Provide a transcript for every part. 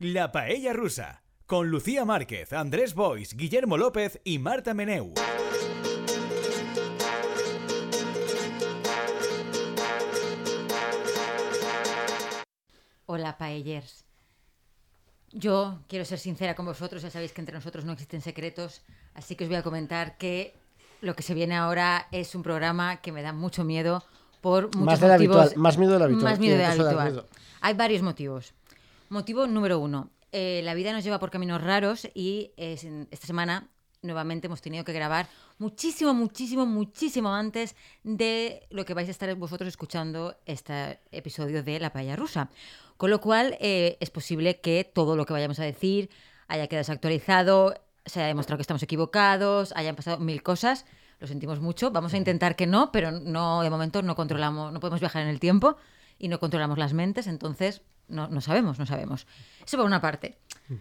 La Paella Rusa, con Lucía Márquez, Andrés Bois, Guillermo López y Marta Meneu. Hola, paellers. Yo quiero ser sincera con vosotros, ya sabéis que entre nosotros no existen secretos, así que os voy a comentar que lo que se viene ahora es un programa que me da mucho miedo por muchos Más de lo motivos. habitual, más miedo de lo habitual, Más miedo de lo estoy de habitual. acuerdo. Hay varios motivos. Motivo número uno. eh, la vida nos lleva por caminos raros y eh, sin- esta semana nuevamente hemos tenido que grabar muchísimo, muchísimo, muchísimo antes de lo que vais a estar vosotros escuchando este episodio de La Paella Rusa. Con lo cual eh, es posible que todo lo que vayamos a decir haya quedado desactualizado, se haya demostrado que estamos equivocados, hayan pasado mil cosas. Lo sentimos mucho. Vamos a intentar que no, pero no de momento no controlamos, no podemos viajar en el tiempo y no controlamos las mentes, entonces no, no sabemos, no sabemos. Eso por una parte. Mm.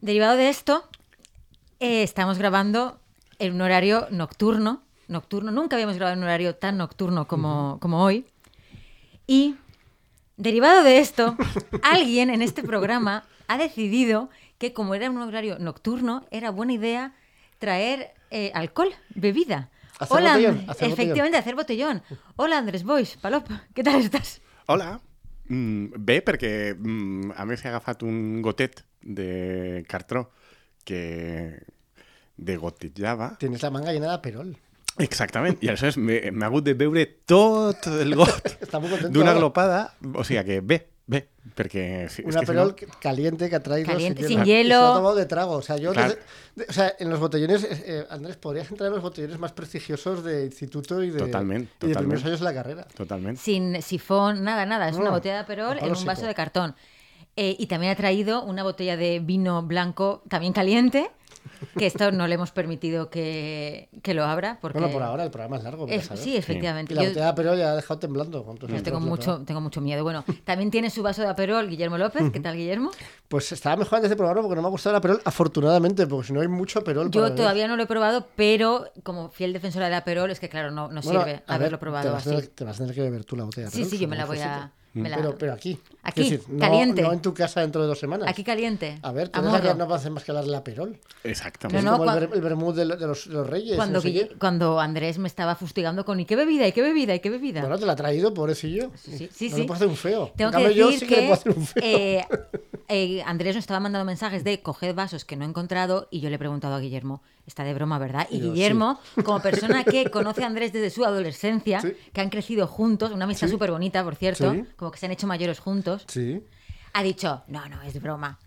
Derivado de esto, eh, estamos grabando en un horario nocturno. Nocturno, nunca habíamos grabado en un horario tan nocturno como, como hoy. Y derivado de esto, alguien en este programa ha decidido que como era un horario nocturno, era buena idea traer eh, alcohol, bebida. Hacer Hola, botellón, And- hacer botellón. efectivamente, hacer botellón. Hola, Andrés Bois, Palop, ¿qué tal estás? Hola. Mm, bé, perquè mm, a més he agafat un gotet de cartró que degotejava. Tienes la manga llena de perol. Exactament. I aleshores m'he m'he hagut de beure tot el got Està molt content d'una ara. glopada. O sigui que bé, bé, perquè... Sí, Una perol caliente que ha traído Caliente, sin sin hielo. hielo. Y se lo ha tomado de trago. O sea, yo Claro. desde- de- o sea, en los botellones, eh, eh, Andrés, podrías entrar en los botellones más prestigiosos de instituto y de, Totalment, y de totalment. primeros años de la carrera. Totalment. Sin sifón, nada, nada. Es una Ah, No, botella de perol a en un palo vaso seco. de cartón. Eh, y también ha traído una botella de vino blanco también caliente, que esto no le hemos permitido que, que lo abra. Porque Bueno, por ahora el programa es largo. Es- ya sabes. sí, efectivamente. Y la Yo- botella de perol ya la ha dejado temblando. con todos yo los tengo, trozos, la mucho, verdad. tengo mucho miedo. Bueno, también tiene su vaso de aperol Guillermo López. ¿Qué tal, Guillermo? Pues estaba mejor antes de probarlo porque no me ha gustado la perol, afortunadamente, porque si no hay mucho perol. para Yo beber. todavía no lo he probado, pero como fiel defensora del aperol, es que claro, no, no Bueno, sirve a ver, haberlo te probado vas a tener- así. te vas a tener que beber tú la botella. de Sí, perol, sí, yo me la supongo, voy a... sí. me la- Pero, pero aquí. Aquí, Quiero no- caliente. No, en tu casa dentro de dos semanas. Aquí caliente. A ver, tú a no sabes que morro. no vas a hacer más que hablar de la perol. Que Exactament. es No, no, como el cua- ver- el vermut de, lo- de los, de los reyes. cuando, no sé Guille- qué. cuando Andrés me estaba fustigando con ¿y qué bebida? ¿y qué bebida? ¿y qué bebida? Bueno, te la ha traído, pobrecillo. Sí, sí, sí, no sí. le puedo hacer un feo. Tengo En cambio, que yo decir sí que, que, le puedo hacer un feo. eh, eh, Andrés nos estaba mandando mensajes de coged vasos que no he encontrado y yo le he preguntado a Guillermo, está de broma, ¿verdad? Y Y yo, Guillermo, como persona que conoce a Andrés desde su adolescencia, Sí. que han crecido juntos, una amistad Sí. súper bonita, por cierto, Sí. como que se han hecho mayores juntos, Sí. ha dicho, no, no, es broma.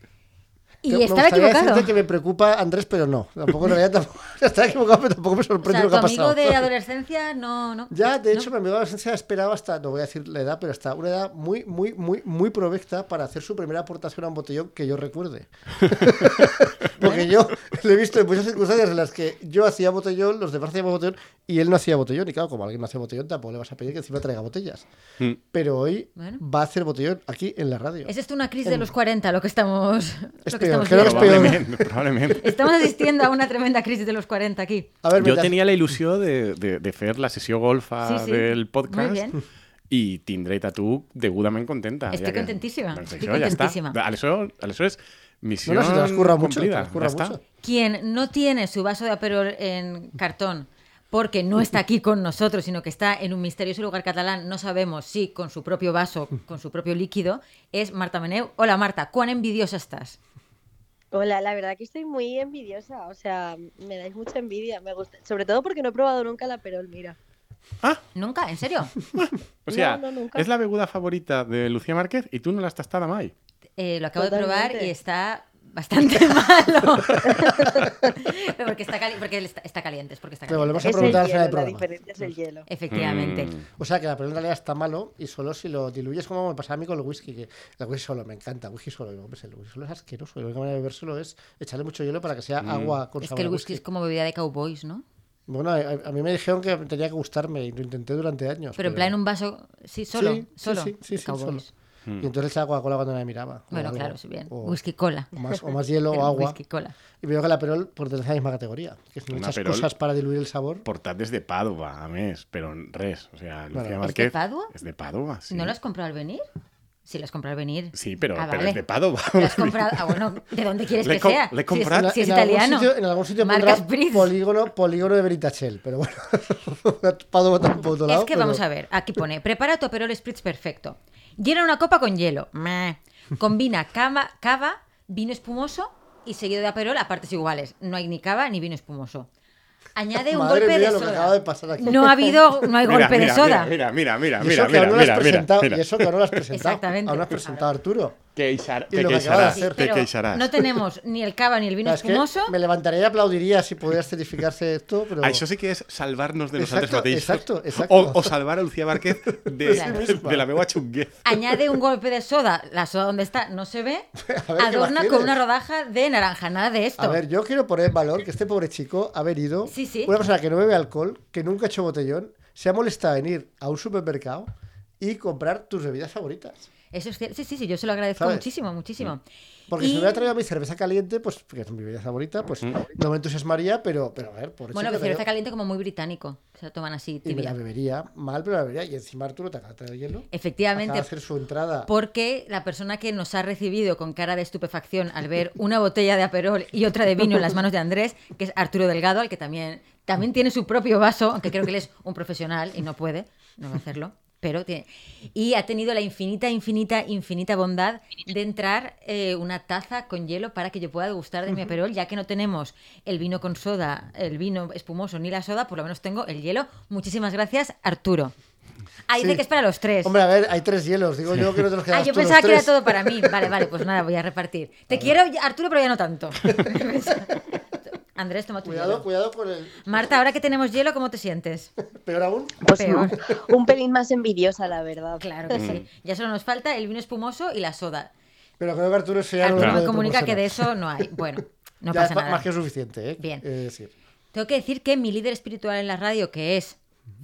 Y Que me estaba gustaría equivocado. decirte que me preocupa Andrés, pero no. Tampoco en realidad tampoco, estaba equivocado, pero tampoco me O sorprende sea, lo tu que ha amigo pasado. de adolescencia, no, no. Ya, de ¿No? hecho, mi amigo de adolescencia ha esperado hasta, no voy a decir la edad, pero hasta una edad muy, muy, muy, muy provecta para hacer su primera aportación a un botellón que yo recuerde. Porque yo le he visto en muchas circunstancias en las que yo hacía botellón, los demás hacíamos botellón y él no hacía botellón. Y claro, como alguien no hace botellón, tampoco le vas a pedir que encima traiga botellas. Mm. Pero hoy Hmm. Bueno. va a hacer botellón aquí en la radio. Es esto una crisis de los 40, lo que estamos. Es lo que peor, estamos creo que es viendo. peor. Probablement, probablement. Estamos asistiendo a una tremenda crisis de los 40 aquí. A ver, jo mientras- tenia la il·lusió de, de, de fer la sessió golfa Sí, sí. del podcast Molt bien. i tindre't a tu degudament contenta. Estic contentíssima, Doncs estic això ja està. contentíssima. Aleshores, aleshores missió No, no, si te las curra mucho, te complida. las curra ja està. mucho. Quien no tiene su vaso de aperol en cartón porque no está aquí con nosotros, sino que está en un misterioso lugar catalán, no sabemos si con su propio vaso, con su propio líquido, es Marta Meneu. Hola Marta, ¿cuán envidiosa estás? Hola, la verdad que estoy muy envidiosa, o sea, me dais mucha envidia, me gusta, sobre todo porque no he probado nunca la perol, mira. Nunca, en serio. O Ah, sea, No, no, nunca. es la beguda favorita de Lucía Márquez y tú no la has tastada mai. Eh, lo acabo de probar Totalmente. y está bastante malo. Pero porque está, cali- porque está- está caliente, es porque está Te volvemos caliente. a Es el preguntar al hielo, final del programa. la diferencia es el hielo. Efectivamente. Mm. O sea, que la pelota en realidad está malo y solo si lo diluyes, como me pasaba a mí con el whisky, que el whisky solo me encanta, el whisky solo, y digo, "Hombre, el whisky solo es asqueroso, y la única manera de bebérselo es echarle mucho hielo para que sea agua con Es sabor que el a whisky es como bebida de cowboys, ¿no? Bueno, a, a mí me dijeron que tenía que gustarme y lo intenté durante años. Pero en plan un vaso, sí, solo, Sí, sí, solo, sí, sí, sí, cowboys. solo. Y entonces le echaba Coca-Cola cuando me miraba. o Bueno, algo, claro, sí, bien. O, Whisky cola. o más, o más hielo o Pero agua. Whisky cola. Y veo que la perol, por desgracia, es la misma categoría. Que si no Una echas Aperol. cosas para diluir el sabor. Portat des de Pàdova, a més, però res. O sea, Lucía Bueno. Márquez... ¿Es de Pàdova? És de Pàdova, sí. ¿No lo has comprado al venir? Si las compras venir. Sí, pero, Ah, pero vale. es de Padova. Lo has comprado. Ah, bueno, ¿de dónde quieres Le que com- sea? le he Si es- comprado. Si es, en italiano. Algún sitio, en algún sitio Marcas pondrá Pris. polígono, polígono de Beritachel, pero bueno. Padova tampoco otro lado, Es que pero- vamos a ver, aquí pone, prepara tu Aperol Spritz perfecto. Llena una copa con hielo. Meh. Combina cava, cava, vino espumoso y seguido de Aperol a partes iguales. No hay ni cava ni vino espumoso. Añade un Madre golpe de mía, lo que soda. acaba de pasar aquí. No ha habido, no hay golpe de soda. Mira, mira, Ah, mira, Y eso mira, que mira, aún no lo mira, has mira, presentado. mira. Y eso que aún no lo has presentado. Exactamente. Aún no has presentado a Arturo. Te queixar- Y te lo que queixaràs, acabas Sí, de hacer. te pero queixaràs. no tenemos ni el cava ni el vino Claro, es que espumoso. me levantaría y aplaudiría si pudiera certificarse esto, pero. Ah, Això sí que és salvar-nos de Exacto, nosaltres mateixos. exacto, exacto. O, o salvar a Lucía Márquez de, Claro. de, de la meva xunguez. Añade un golpe de soda, la soda donde está no se ve. A ver, ¿qué más Adorna quieres? con una rodaja de naranja, nada de esto. A ver, yo quiero poner en valor que este pobre chico ha venido. Sí, sí. Una persona que no bebe alcohol, que nunca ha hecho botellón, se ha molestado en ir a un supermercado y comprar tus bebidas favoritas. Eso es cierto. Sí, sí, sí, yo se lo agradezco ¿Sabes? muchísimo, muchísimo. Porque Y- si me hubiera traído mi cerveza caliente, pues, que es mi bebida favorita, pues no me entusiasmaría, pero, pero a ver, por Bueno, que cerveza caliente como muy británico. Se la toman así Y me la tibia. bebería mal, pero la bebería. Y encima Arturo te acaba de traer hielo. Acaba de Efectivamente, Pues hacer su entrada. porque la persona que nos ha recibido con cara de estupefacción al ver una botella de aperol y otra de vino en las manos de Andrés, que es Arturo Delgado, al que también, también tiene su propio vaso, aunque creo que él es un profesional y no puede, no va a hacerlo. Pero tiene. Y ha tenido la infinita, infinita, infinita bondad de entrar eh, una taza con hielo para que yo pueda degustar de mi aperol, ya que no tenemos el vino con soda, el vino espumoso ni la soda, por lo menos tengo el hielo. Muchísimas gracias, Arturo. Ahí Sí. dice que es para los tres. Hombre, a ver, hay tres hielos. Digo yo que no te los Ah, quedas yo tú los pensaba que era tres. todo para mí. Vale, vale, pues nada, voy a repartir. Te quiero, ya- Arturo, pero ya no tanto. Andrés, toma tu Cuidado, hielo. cuidado con el. Marta, ahora que tenemos hielo, ¿cómo te sientes? Peor aún. Pues Peor. un, un pelín más envidiosa, la verdad. Claro Mm. que sí. Ya solo nos falta el vino espumoso y la soda. Pero creo que Arturo eso ya no Arturo lo me puede comunica que de proporcionar. eso no hay. Bueno, no Ya pasa es ma- nada. más que suficiente, ¿eh? Bien. Es decir, Tengo que decir que mi líder espiritual en la radio, que es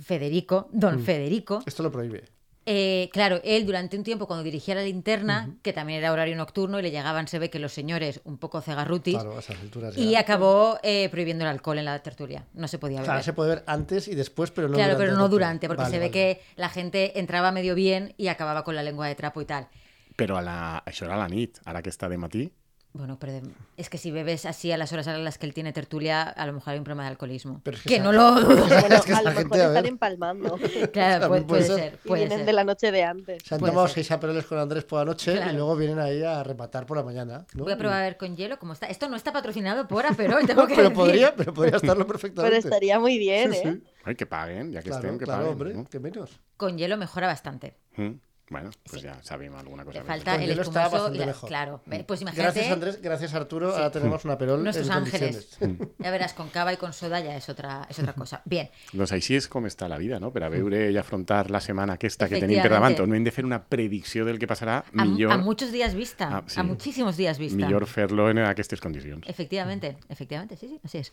Federico, Mm. don Federico, esto lo prohíbe. Eh, claro, él durante un tiempo cuando dirigía la linterna, que también era horario nocturno, y le llegaban, se ve que los señores un poco cegarrutis, Claro, a esas alturas ya. y acabó eh, prohibiendo el alcohol en la tertulia. No se podía beber. Claro, se puede ver antes y después, pero no Claro, durante. pero no tanto. durante, porque Vale, se ve vale. que la gente entraba medio bien y acababa con la lengua de trapo y tal. Però a la, això era a la nit, ara que està de matí. Bueno, pero de- es que si bebes así a las horas a las que él tiene tertulia, a lo mejor hay un problema de alcoholismo. Pero es que que esa- no lo dudo. Bueno, Es que a esa lo mejor gente, a ver. están empalmando. Y Claro, puede, También puede puede ser. ser. Puede vienen ser. de la noche de antes. Se han Puede tomado ser. seis aperoles con Andrés por la noche Claro. y luego vienen ahí a rematar por la mañana. ¿no? Voy a probar a ver con hielo cómo está. Esto no está patrocinado por Aperol, tengo pero, que decir. podría, pero podría estarlo Pero perfectamente. estaría muy bien, Sí, ¿eh? sí. Ai, que paguen, ja que Claro, estem, que claro, paguen. hombre, no? que menos. Con hielo mejora bastante. Mm. Bueno, pues Sí. ja sabem alguna cosa. Le més. falta Con el hielo está espumoso y bastante la- mejor. Claro, Ve, pues imagínate Gracias, Andrés. Gracias, Arturo. Ahora tenemos una perol. nuestros en ángeles. condiciones. Ya verás, con cava y con soda ya es otra, es otra cosa. Bien, Doncs així és com està la vida, no? Per Mm. a veure i afrontar la setmana aquesta que tenim per Efectivamente. davant. On hem de fer una predicció del que passarà, a, millor, a muchos días vista, Ah, sí. a muchísimos días vista. millor fer-lo en aquestes condicions. Efectivamente, efectivamente, sí, sí, así es.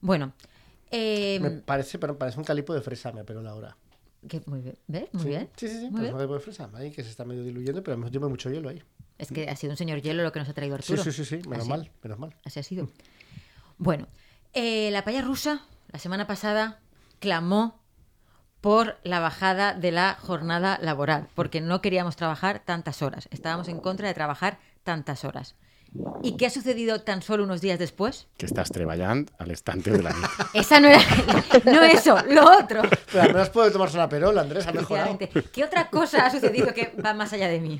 Bueno, eh, Me parece, pero parece un calipo de fresa, me aperol ahora. que muy bien, ¿ves? Muy Sí. bien. Sí, pues sí, sí. muy Parece un bien. calipo de fresa. Ahí que se está medio diluyendo, pero al mismo tiempo hay mucho hielo ahí. Es que ha sido un señor hielo lo que nos ha traído Sí, Arturo. sí, sí, sí. Menos Así- mal, menos mal. Así ha sido. Bueno, eh, la paya rusa la semana pasada clamó por la bajada de la jornada laboral, porque no queríamos trabajar tantas horas. Estábamos en contra de trabajar tantas horas. ¿Y qué ha sucedido tan solo unos días después? Que estàs treballant a les tantes de la nit. Esa no era... No eso, lo otro. Pero al menos puede tomarse una perol, Andrés. Ha mejorado. Efectivamente. ¿Qué otra cosa ha sucedido que va más allá de mí?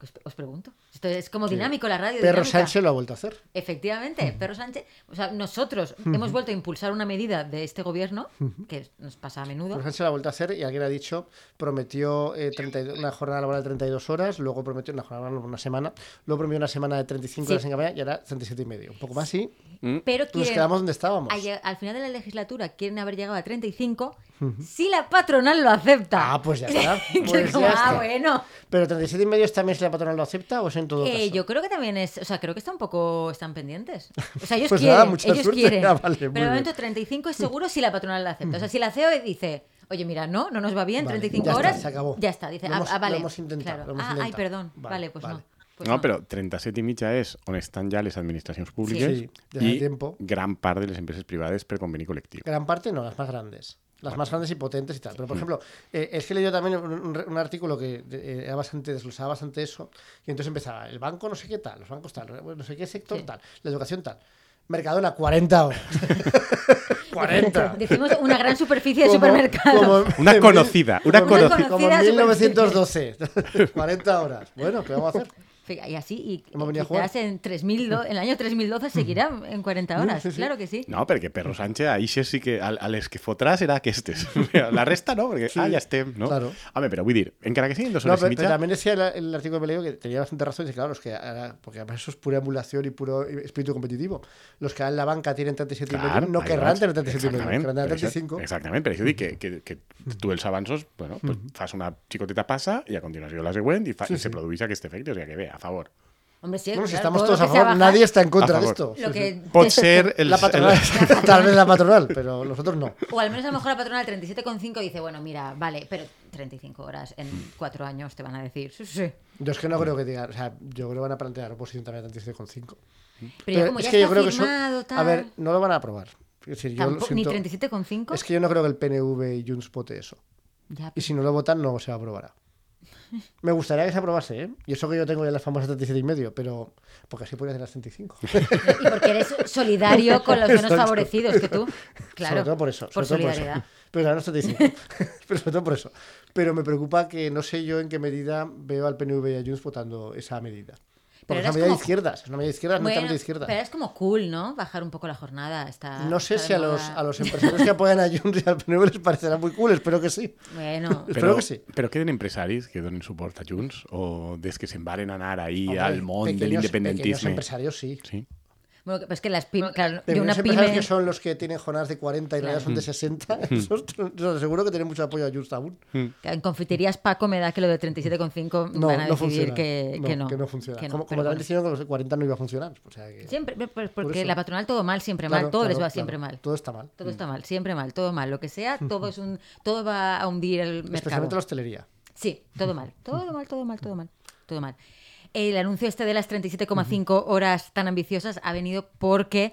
Os, os pregunto. Esto es como dinámico la radio. Perro dinámica. Sánchez lo ha vuelto a hacer. Efectivamente, Perro Sánchez. O sea, nosotros hemos vuelto a impulsar una medida de este gobierno, que nos pasa a menudo. Perro Sánchez lo ha vuelto a hacer y alguien ha dicho, prometió eh, 32 una jornada laboral de 32 horas, luego prometió una jornada laboral de una semana, luego prometió una semana de 35 Sí. horas en campaña y ahora 37 y medio. Un poco más y Mm? Pero nos quieren, quedamos donde estábamos. a lle- al final de la legislatura quieren haber llegado a 35 si la patronal lo acepta. Ah, pues ya está. Que Pues como, ya ah, está. bueno. Pero 37 y medio es también si la patronal lo acepta o es en todo Eh, caso. yo creo que también es, o sea, creo que está un poco, están pendientes. O sea, ellos Pues quieren, nada, mucha ellos suerte. quieren. Ah, vale, muy pero de bien. momento 35 es seguro si la patronal la acepta. O sea, si la CEO dice, oye, mira, no, no nos va bien, Vale, 35 ya está, horas, se acabó. ya está, dice, Lo ah, hemos- ah, vale, lo hemos intentado, claro. lo hemos Ah, ay, intentado. perdón, Vale, vale, pues vale. no. Pues no, però 37 i mitja és on estan ja les administracions públiques Sí, des de i tiempo. gran part de les empreses privades per conveni col·lectiu. Gran parte no, las más grandes. Las más grandes y potentes y tal. Mm. Pero, por ejemplo, eh, es que leí yo también un, un- un artículo que eh, era bastante, desglosaba bastante eso. Y entonces empezaba, el banco no sé qué tal, los bancos tal, eh, no sé qué sector Sí. tal, la educación tal. Mercadona, 40 horas. 40. Decimos una gran superficie de Como- supermercado. como- Una conocida, una como en- conocida. Como en superficie. 1912. 40 horas. Bueno, ¿qué vamos a hacer? Y así, y Hemos venido a quizás en, 3000, do- en el año 3012 seguirá en 40 horas. Mm, Sí, sí. Claro que sí. No, perquè Perro Sánchez, ahí sí sí que al, al que fotràs era aquestes. La resta no, perquè Sí, ah, ja estem, no? claro. Home, però vull dir, encara que siguin dos No, hores pero, i pero mitja, también decía el, el artículo que me leí que tenía bastante razón. Dice, claro, los que ahora- porque además eso es pura emulación y puro espíritu competitivo. Los que ahora en la banca tienen 37 y medio, no ahí querrán vas. tener 37 y Mm. medio, querrán Exactament, per tener això- 35. Exactament, per això dic que, que, que tu els avanços, bueno, pues, Mm-hmm. fas una xicoteta passa i a continuació la següent i, fa, i se produeix aquest efecte, o sigui que bé, a favor. Hombre, sí, Bueno, si claro, estamos todo lo todos a que sea favor, bajar, nadie está en contra A de esto. favor. Lo Sí, que sí. Pot ser... La patronal, tal vez la patronal, pero los otros no. O al menos a lo mejor la patrona del 37,5 dice, bueno, mira, vale, pero 35 horas en 4 años te van a decir, sí, sí. Yo es que no creo que digan, o sea, yo creo que van a plantear oposición también a 37,5. Pero, ya como ya está firmado, A tal, ver, no lo van a aprobar. Es decir, yo lo tampoco- ni siento- 37,5. Es que yo no creo que el PNV y Junts vote eso. Ya, Y si no lo votan, no se aprobará. Me gustaría que se aprobase, ¿eh? Y eso que yo tengo ya las famosas 37 y medio, pero. Porque así podría hacer las 35. Y porque eres solidario con los menos Exacto. favorecidos que tú. Claro. Sobre todo por eso. Por sobre todo solidaridad. Por eso. Pero ahora no 35. pero sobre todo por eso. Pero me preocupa que no sé yo en qué medida veo al PNV y a Junts votando esa medida. Pero Porque eres es una medida de como- izquierdas. Es una medida de izquierdas, no Bueno, netamente de izquierdas. pero es como cool, ¿no? Bajar un poco la jornada. Está, No sé está si de a los, moda. a los empresarios que apoyan a Junts y al PNV les parecerá muy cool. Espero que sí. Bueno, Espero que sí. Però queden empresaris que donen suport a Junts o des que se'n varen anar ahir Hombre, al món de pequeños- pequeños l'independentisme? empresarios sí. Sí. bueno, que- pues que las pymes, claro, De yo una unas empresas pyme... que son los que tienen jornadas de Claro. 40 y Hmm. realidad son de 60, esos, esos seguro que tienen mucho apoyo a Just aún. que En confiterías Paco me da que lo de 37,5 No, van a no decidir funciona. que, que no. funciona. que no, como pero como también bueno. decidieron que los de 40 no iba a funcionar. O sea que, Siempre, pues, porque eso. la patronal todo mal, siempre Claro, mal, todo les claro, va siempre claro, Mm. mal. Todo está mal. Todo está mal, siempre mal, todo mal. Lo que sea, todo es un, todo va a hundir el mercado. Especialmente la hostelería. Sí, todo mal, todo mal, todo mal, todo mal, todo mal. El anuncio este de las 37,5 horas tan ambiciosas ha venido porque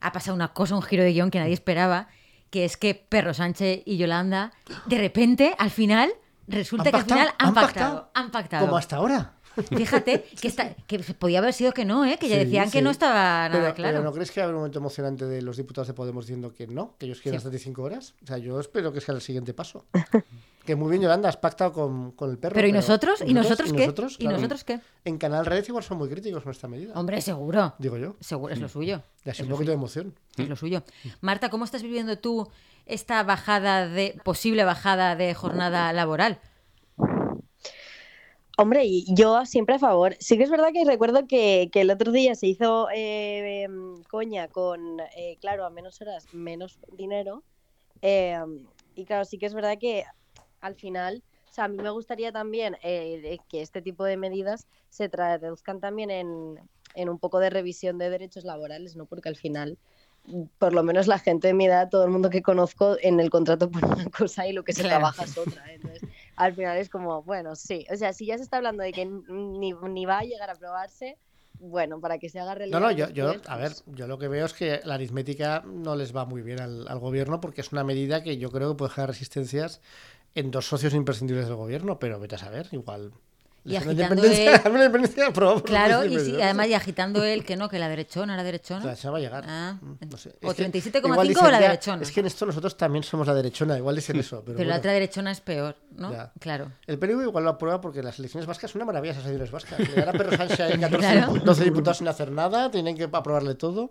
ha pasado una cosa, un giro de guión que nadie esperaba, que es que Perro Sánchez y Yolanda, de repente, al final, resulta ¿Han que al final pactado? han ¿Han pactado, pactado? han pactado. Como hasta ahora. Fíjate que, esta- que podía haber sido que no, ¿eh? que ya Sí, decían que sí. no estaba Pero, nada pero claro. ¿no crees que habrá un momento emocionante de los diputados de Podemos diciendo que no? Que ellos quieren Sí. hasta 35 horas. O sea, yo espero que sea el siguiente paso. que muy bien, Yolanda, has pactado con, con el perro. Pero ¿y nosotros? ¿Y nosotros qué? ¿Y Claro. nosotros qué? En Canal Red igual son muy críticos con esta medida. Hombre, seguro. Digo yo. Seguro, es lo suyo. Y Es así un lo poquito de emoción. es lo suyo. Marta, ¿cómo estás viviendo tú esta bajada de posible bajada de jornada laboral? Hombre, y yo siempre a favor. Sí que es verdad que recuerdo que, que el otro día se hizo eh, em, coña con, eh, claro, a menos horas, menos dinero. Eh, y claro, sí que es verdad que al final, o sea, a mí me gustaría también eh, de que este tipo de medidas se traduzcan también en, en un poco de revisión de derechos laborales, ¿no? Porque al final, por lo menos la gente de mi edad, todo el mundo que conozco, en el contrato pone una cosa y lo que se Claro. trabaja es otra. ¿eh? Entonces, al final es como, bueno, sí. O sea, si ya se está hablando de que ni, ni va a llegar a aprobarse, bueno, para que se haga No, realidad. no, yo, yo, después, a ver, pues, yo lo que veo es que la aritmética no les va muy bien al, al gobierno porque es una medida que yo creo que puede generar resistencias en dos socios imprescindibles del gobierno, pero vete a saber, igual. Y La agitando independencia, el- la independencia aprobamos los Claro, y 37 sí, medidas. además y agitando él que no, que la derechona, la O sea, derechona. se va a llegar. Mm, Ah, No sé. o Es que 37,5 igual o la dicen, ya, derechona. Es que en esto nosotros también somos la derechona, igual dicen eso. Pero, Pero la bueno. otra derechona es peor, ¿no? Ya. Claro. El PNV igual lo aprueba porque las elecciones vascas son una maravilla esas elecciones vascas. Le dan a Pedro Sánchez ahí 14, Claro. 12 diputados sin hacer nada, tienen que aprobarle todo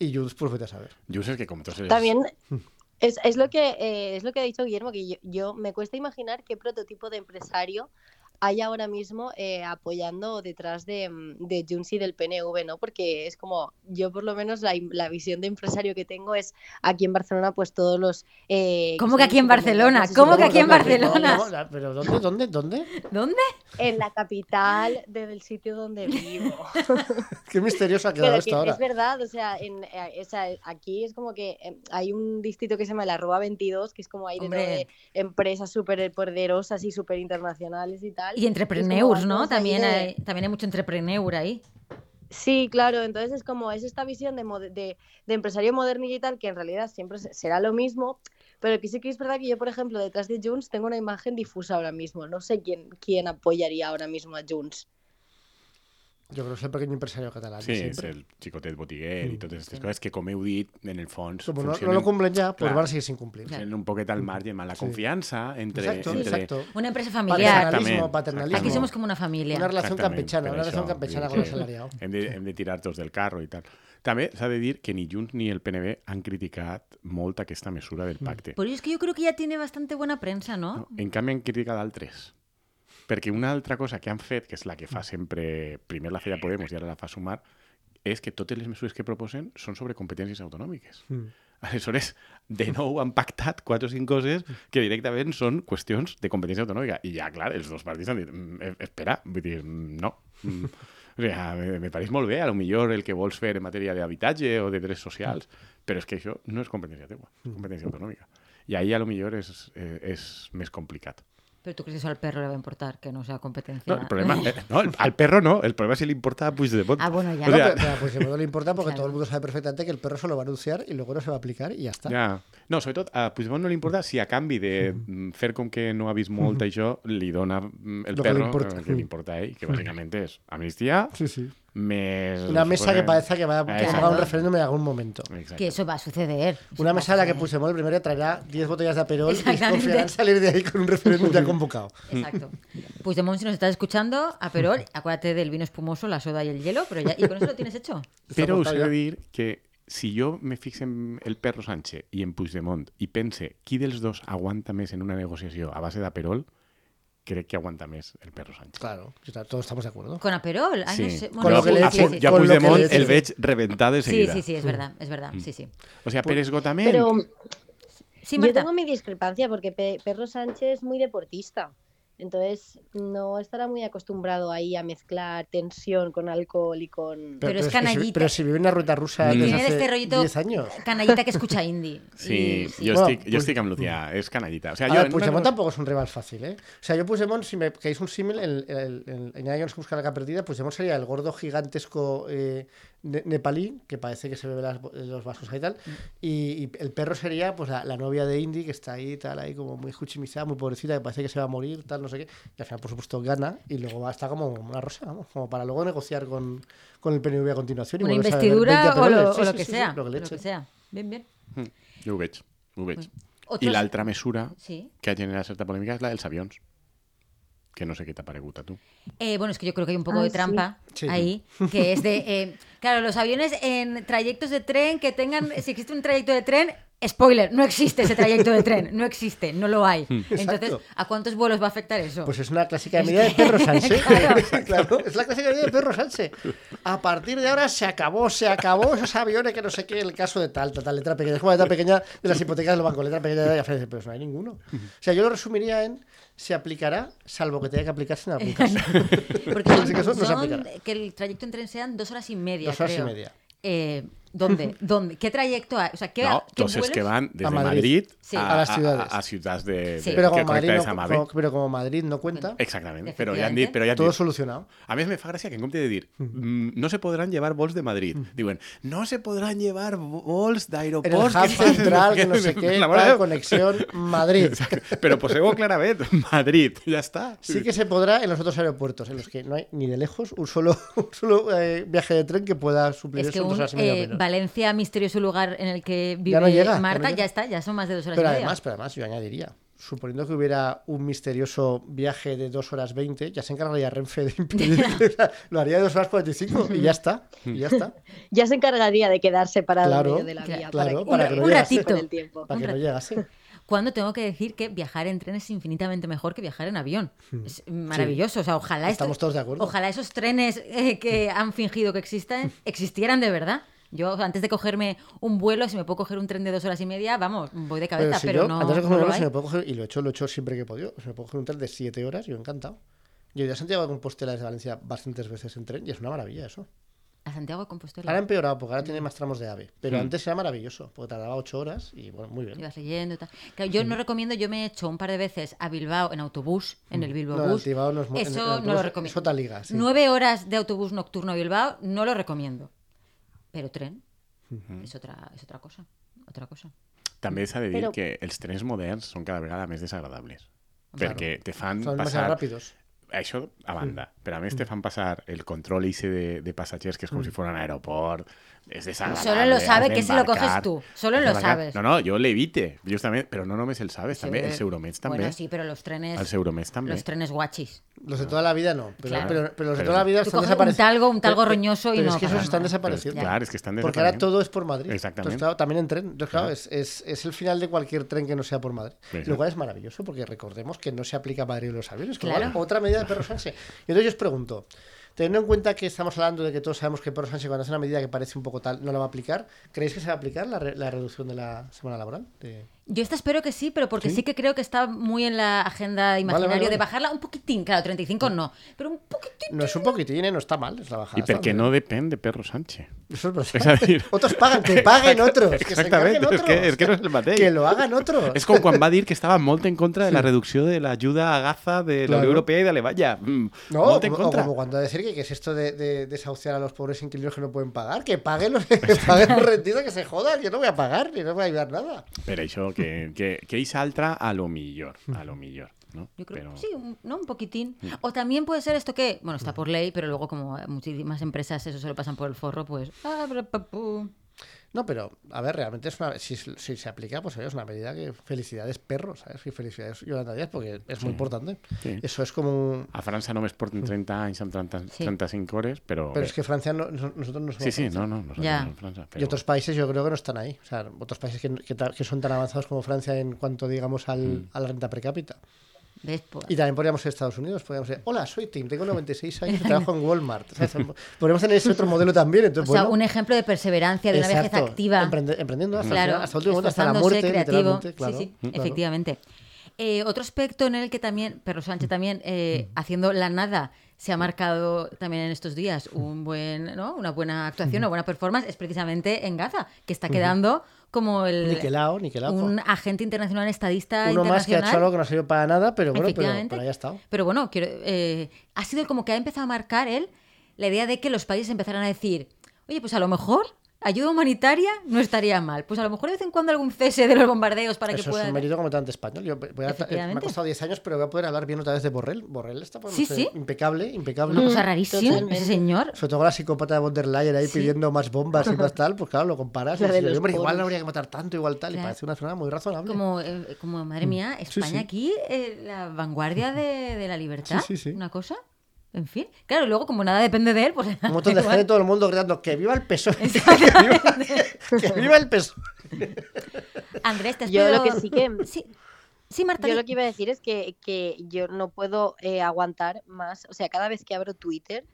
y Junts, pues vete a saber. Junts és que com tots els... También es, es lo que eh, es lo que ha dicho Guillermo, que yo, yo- me cuesta imaginar qué prototipo de empresario hay ahora mismo eh, apoyando detrás de, mm, de Junts y del PNV, ¿no? Porque es como, yo por lo menos la, im- la visión de empresario que tengo es aquí en Barcelona, pues todos los... Eh, ¿Cómo que son aquí en Barcelona? supermercados y ¿Cómo que aquí en supermercados? Barcelona? No, no, ¿Pero dónde, dónde, dónde? ¿Dónde? En la capital del sitio donde vivo. Qué misterioso ha Pero quedado que esto ahora. Es verdad, o sea, en, eh, o sea, aquí es como que eh, hay un distrito que se llama la Rúa 22, que es como hay de, todo Hombre. de empresas súper poderosas y súper internacionales y tal. Y entrepreneurs, ¿no? vamos También ahí eh. de- hay, también hay mucho entrepreneur ahí. Sí, claro, entonces es como es esta visión de, mode- de, de empresario moderno y tal, que en realidad siempre se- será lo mismo, Pero que sí que es verdad que yo, por ejemplo, detrás de Junts tengo una imagen difusa ahora mismo. No sé quién, quién apoyaría ahora mismo a Junts. Yo creo que es el pequeño empresario catalán. Sí, siempre. Mm, és el xicotet botiguer i totes aquestes coses que, com heu dit, en el fons Como no, no funcionen, lo cumplen ya, pues Claro. van a seguir sin cumplir. Claro. funcionen un poquet al margen, a la confianza entre... Exacto, entre... exacto. Una empresa familiar. Paternalismo, Exactament, paternalismo. Aquí exactament. somos como una familia. Una relación Exactament, campechana, per una relación això, campechana vull con el dir asalariado. que Hem de, hem de tirar tots del carro i tal. També s'ha de dir que ni Junts ni el PNB han criticat molt aquesta mesura Mm. del pacte. Por eso es que yo creo que ya tiene bastante buena prensa, Pues ¿no? No? En canvi, han criticat altres. Perquè una altra cosa que han fet, que és la que Mm. fa sempre... Primer la feia Podemos i ara la fa Sumar, és que totes les mesures que proposen són sobre competències autonòmiques. Mm. Aleshores, de nou han pactat quatre o cinc coses que directament són qüestions de competència autonòmica. I ja, clar, els dos partits han dit, "Mm, eh, espera, vull dir, mm, no. Mm. O sigui, me, me pareix molt bé, a lo millor el que vols fer en matèria d'habitatge o de drets socials, però és que això no és competència teua, és competència autonòmica. I ahí a lo millor és, eh, és més complicat. Pero tú crees que eso al perro le va a importar, que no sea competencia. No, el problema, eh, no, el- al perro no, el problema és si li importa a Puigdemont. Ah, bueno, ya. no, O No, sea, pero, pero, pues no le importa porque Claro. todo el mundo sabe perfectamente que el perro se lo va a anunciar y luego no se va a aplicar y ya está. Ja. No, sobretot a Puigdemont no li importa si a canvi de mm, fer com que no ha vist molt això, li dona mm, el Lo que li perro importa. el que li importa a ell, que bàsicament és amnistia Sí, sí. més... Una mesa que parece que va a Exacto. convocar un referéndum en algún momento. que Exacte. eso va a suceder. Una mesa a la que puse. Puigdemont el primero traerá 10 botellas de aperol y Exactamente. confiarán salir de ahí con un referéndum ya convocado. Exacto. Puigdemont, si nos estás escuchando, Aperol, acuérdate del vino espumoso, la soda y el hielo, pero ya, y con eso lo tienes hecho. Però us he de Sabotaje. dir que si jo me fixe en el perro Sánchez i en Puigdemont i pense qui dels dos aguanta més en una negociació a base d'aperol, crec que aguanta més el perro Sánchez. Claro, o sea, todos estamos de acuerdo. Con Aperol. Ay, Ah, no sé. Con lo Però que le a sí, Pu- sí. ja Con lo que Puigdemont le- el veig reventar de Sí, seguida. sí, sí, es verdad, es verdad. Mm. Sí, sí. O sea, per Mm. esgotament... Pero Sí, yo Marta. tengo mi discrepancia porque Pe- Perro Sánchez es muy deportista. Entonces no estará muy acostumbrado ahí a mezclar tensión con alcohol y con... Pero es que si- canallita. pero si vive en una ruta rusa Mm. desde Tiene hace este rollito 10 años. canallita que escucha indie. Sí, Y- yo, Bueno, estoy, yo pues- estoy con Lucía, es canallita. O sea, A yo ver, pues en una Puigdemont cosa- tampoco es un rival fácil, ¿eh? O sea, yo Puigdemont, si me queréis un símil, en, en, en, en Indiana Jones busca la arca perdida, Puigdemont sería el gordo gigantesco eh, ne- nepalí, que parece que se bebe las bo- los vasos ahí y tal, y, y el perro sería pues la, la novia de Indy, que está ahí, tal, ahí como muy juchimizada, muy pobrecita, que parece que se va a morir, tal, no sé qué, y al final, por supuesto, gana, y luego va, está como una rosa, vamos, como para luego negociar con, con el PNV a continuación. Y Una volverse a beber investidura 20 o lo, aperoles. o Sí, lo sí, que sí, sí, sea. lo que le echen. sea. Bien, bien. Jo ho veig, ho veig. Otros- I l'altra mesura Sí. que ha generat certa polèmica és la dels avions, que no sé què t'ha paregut a tu. Eh, bueno, es que yo creo que hay un poco Ah, de sí. trampa Sí. ahí, que es de, eh, claro, los aviones en trayectos de tren que tengan, si existe un trayecto de tren, spoiler, no existe ese trayecto de tren, no existe, no lo hay. Entonces, Hmm. Exacto. ¿a cuántos vuelos va a afectar eso? Pues es una clásica medida de Perro Sánchez. claro. es la clásica medida de Perro Sánchez. A partir de ahora se acabó, se acabó esos aviones que no sé qué, el caso de tal, tal, tal, letra pequeña. Es como la letra pequeña de las hipotecas del banco, letra pequeña de la frase, pero no hay ninguno. O sea, yo lo resumiría en se aplicará, salvo que tenga que aplicarse en algún caso. Porque Sí, que eso no se son- aplicará. que el trayecto en tren sean dos horas y media. Dos horas y creo. media. Eh, ¿Dónde? ¿Dónde? ¿Qué trayecto hay? O sea, ¿qué, no, qué tots els vuelos? que van des A de Madrid. Madrid, Sí. a, A les ciudades. A, a ciutats de, Sí. de Pero que como, Madrid connecten no, amb AVE. como- pero como Madrid no cuenta, Exactament, però ja han Efectivamente. dit... Però ja han todo dit solucionado. a més, me fa gràcia que en compte de dir "Mm, no se podran llevar vols de Madrid, diuen no se podran llevar vols Mm. En el d'aeroports... hub que passen-" central, que no sé qué, La mare de tal, Déu. conexión Madrid. Però poseu-ho clarament, Madrid, ja està. Sí que se podrá en los otros aeropuertos, en los que no hay ni de lejos un solo, un solo eh, viaje de tren que pueda suplir Es que eso en dos un, horas y media o eh, menos. Valencia, misterioso lugar en el que vive Ya no llega, ya no Marta, ya, llega. está, ya son más de dos horas Pero y media. además, pero además, yo añadiría, suponiendo que hubiera un misterioso viaje de 2 horas 20, ya se encargaría Renfe de impedir. o sea, lo haría de 2 horas 45 y ya está. Y ya está. Ya se encargaría de quedarse parado Claro, en medio de la vía claro, para, para que, que no un llegase. ratito el tiempo. Para que no llegase. Cuando tengo que decir que viajar en tren es infinitamente mejor que viajar en avión. Es maravilloso. O sea, ojalá esto- Hmm. Estamos todos de acuerdo. Hmm. Ojalá esos trenes eh, que han fingido que existen existieran de verdad. Yo o sea, antes de cogerme un vuelo, si me puedo coger un tren de dos horas y media, vamos, voy de cabeza, Pero pero, si yo, no. antes de no coger un lo avión, hay. si me puedo coger, y lo he hecho, lo he hecho siempre que he podido, si me puedo coger un tren de 7 horas, yo encantado. Yo he ido a Santiago de Compostela desde Valencia bastantes veces en tren y es una maravilla eso. A Santiago de Compostela. Ahora ha empeorado porque ahora Mm. tiene más tramos de AVE. Pero antes era maravilloso porque tardaba 8 horas y bueno, muy bien. Ibas leyendo y tal. Claro, yo Hmm. no recomiendo, yo me he hecho un par de veces a Bilbao en autobús, en el Bilbao No, en Bus. Bilbao no es mu- en- en Eso no autobús lo es recomiendo. otra liga, sí. Nueve horas de autobús nocturno a Bilbao, no Hmm. lo recomiendo. Pero tren es otra, es otra cosa. Otra cosa. També s'ha de dir Però- que els trens moderns són cada vegada més desagradables. Claro. Perquè te fan Són más passar... rápidos. Això a banda. Però a més te fan passar el control ese de, de passatgers que és com si fos un aeroport. És desagradable. Mm. Solo lo has sabe que si lo d'embarcar, coges tú. Solo has lo d'embarcar. sabes. No, no, jo l'evite. Jo també, però no només el sabes, també. Sí. eh, Els euromets també. Bueno, sí, pero los trenes. Els euromets també. Los trenes guachis. Los de toda la vida no. Pero, Claro. pero- pero los de Pero- toda la vida Tú están coges un desapareciendo. talgo, un talgo Pero- roñoso y pero no Es que esos pasa están nada. Pero es que, desapareciendo. claro, es que están Porque ahora desapareciendo. todo es por Madrid. Exactamente. Entonces, claro, también en tren. Entonces, claro, es, es- es el final de cualquier tren que no sea por Madrid. Exacto. Lo cual es maravilloso porque recordemos que no se aplica a Madrid en los aviones. que Claro. igual, otra medida de Perro Sánchez. Y entonces yo os pregunto, teniendo en cuenta que estamos hablando de que todos sabemos que Perro Sánchez cuando hace una medida que parece un poco tal, no la va a aplicar, ¿creéis que se va a aplicar la, re- la reducción de la semana laboral? De- Yo esta espero que sí, pero porque ¿Sí? sí, que creo que está muy en la agenda imaginario vale, vale. de bajarla un poquitín, claro, 35 no, pero un poquitín. No es un poquitín, ¿eh? no está mal, es la bajada. I está perquè bien. no depèn de Perro Sánchez. Eso es verdad. Es decir- Otros pagan, que paguen otros. Que se Exactamente, encarguen es otros. que- es que no es el mateix. Que lo hagan otros. És com quan va dir que estava molt en contra de la reducció de l'ajuda a Gaza de la Claro. Unió Europea i d'Alemanya. Mm, No, molt en o contra. como cuando decir que, que es esto de, de desahuciar a los pobres inquilinos que no pueden pagar, que paguen los, que paguen los rendidos, que se jodan, yo no voy a pagar, yo no voy a ayudar nada. Per això, que, que, que ells altra a lo millor, a lo millor. No? Yo creo, Però- sí, un- ¿no? Un poquitín. Mm. O también puede ser esto que, bueno, está por ley, pero luego como muchísimas empresas eso se lo pasan por el forro, pues... ah, bra, pa, pu. No, pero, a ver, realmente es una, si, si se aplica, pues oye, es una medida que felicidades perros, ¿sabes? Y felicidades Yolanda Díaz, porque es muy importante. Sí. Eso es como un... A França només porten 30 anys amb 30, Sí. 35 hores, però... Mm. Pero es que Francia, no- no- nosotros no somos Sí, sí, Francia. no, no, no, Ja. no, França, Y però... otros países yo creo que no están ahí. O sea, otros países que, que ta- que son tan avanzados como Francia en cuanto, digamos, al, Mm. a la renta per cápita. ¿Ves? Pues, Y también podríamos ser Estados Unidos, podríamos ser, hola, soy Tim, tengo 96 años y trabajo en Walmart. O sea, podríamos tener ese otro modelo también. o Entonces, sea, bueno, un ejemplo de perseverancia, de una vejez exacto, activa. emprende- emprendiendo hasta, el Claro, final, hasta el último momento, hasta la esforzándose, muerte, creativo. literalmente. Claro, Mm, sí, sí, claro. efectivamente. Eh, otro aspecto en el que también, Perro Mm. Sánchez también, eh, haciendo la nada, se ha marcado también en estos días un buen, ¿no? una buena Mm. actuación, una buena performance, es precisamente en Gaza, que está quedando como el, Niquelao, niquelao. un Uno agente internacional estadista más que ha hecho internacional. algo que no ha servido para nada, pero bueno, pero, Efectivamente. pero ahí ha estado. Pero bueno, quiero- eh, ha sido como que ha empezado a marcar él la idea de que los países empezaran a decir, oye, pues a lo mejor ayuda humanitaria no estaría mal. Pues a lo mejor de vez en cuando algún cese de los bombardeos para que Eso es puedan... un mérito como tanto español. Yo voy a- me ha Efectivamente. costado 10 años, pero voy a poder hablar bien otra vez de Borrell. Borrell está por Sí, sí. impecable, impecable. Una cosa rarísima, ese Mm, Totalmente. señor. Sobre todo con la psicópata de von der Leyen ahí Sí. pidiendo más bombas y más tal, pues claro, lo comparas. y La de dices, los hombre, igual polis. no habría que matar tanto, igual tal, y Claro. parece una zona muy razonable. Como, eh, como, Mm, madre mía, España aquí, eh, la vanguardia de, de la libertad. Sí, sí, sí. Una cosa. En fin. Claro, luego como nada depende de él, pues... Un montón de gente, igual. todo el mundo gritando que viva el PSOE, que viva, Exactamente. que viva el PSOE. Andrés, te Yo espero... lo que sí que- Sí, sí Marta. Yo di. lo que iba a decir es que, que yo no puedo eh, aguantar más. O sea, cada vez que abro Twitter,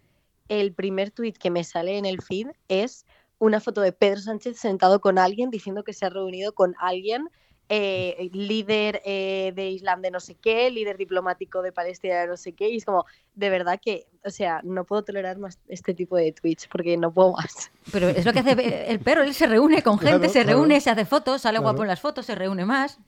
el primer tweet que me sale en el feed es una foto de Pedro Sánchez sentado con alguien diciendo que se ha reunido con alguien, eh, líder eh, de Islam de no sé qué, líder diplomático de Palestina de no sé qué. Y es como, de verdad que, o sea, no puedo tolerar más este tipo de tweets porque no puedo más. Pero es lo que hace el perro, él se reúne con gente, Claro, se claro. reúne, se hace fotos, sale Claro. guapo en las fotos, se reúne más.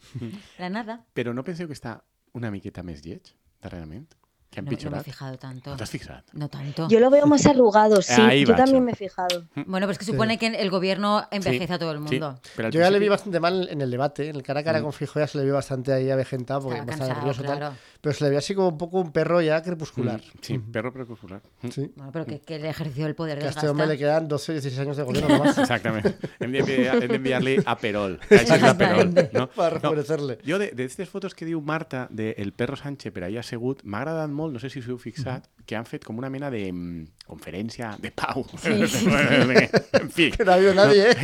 La nada. però no penseu que està una miqueta més lleig, darrerament? Que han No, no me he pitjorat? fijado tanto. No t'has fixat? No tanto. Yo lo veo más arrugado, sí. Ahí yo va, también Chema. me he fijado. Bueno, pero es que supone que el gobierno envejece a todo el mundo. Sí, però al Mm. Yo ya le vi principi- bastante mal en el debate, en el cara a cara con Fijo ya se le vio bastante ahí avejentado porque Estaba estaba cansado, nervioso y tal, claro. pero se le vio así como un poco un perro ya crepuscular. Mm. Mm, Sí, perro precursor. Sí. Bueno, pero que, que el ejercicio del poder Que a desgasta. este hombre le quedan 12 o 16 años de gobierno más. Exactamente. Hem d'enviar- hem d'enviar-li a Perol. Això és una Perol. Exactament. No? Para No, favorecerle. Jo, de, d'aquestes fotos que diu Marta del el perro Sánchez per allà assegut, m'ha agradat molt, no sé si us heu fixat, que han fet com una mena de mm, conferència de pau. Sí. en fi. Que no ha habido nadie, ¿eh?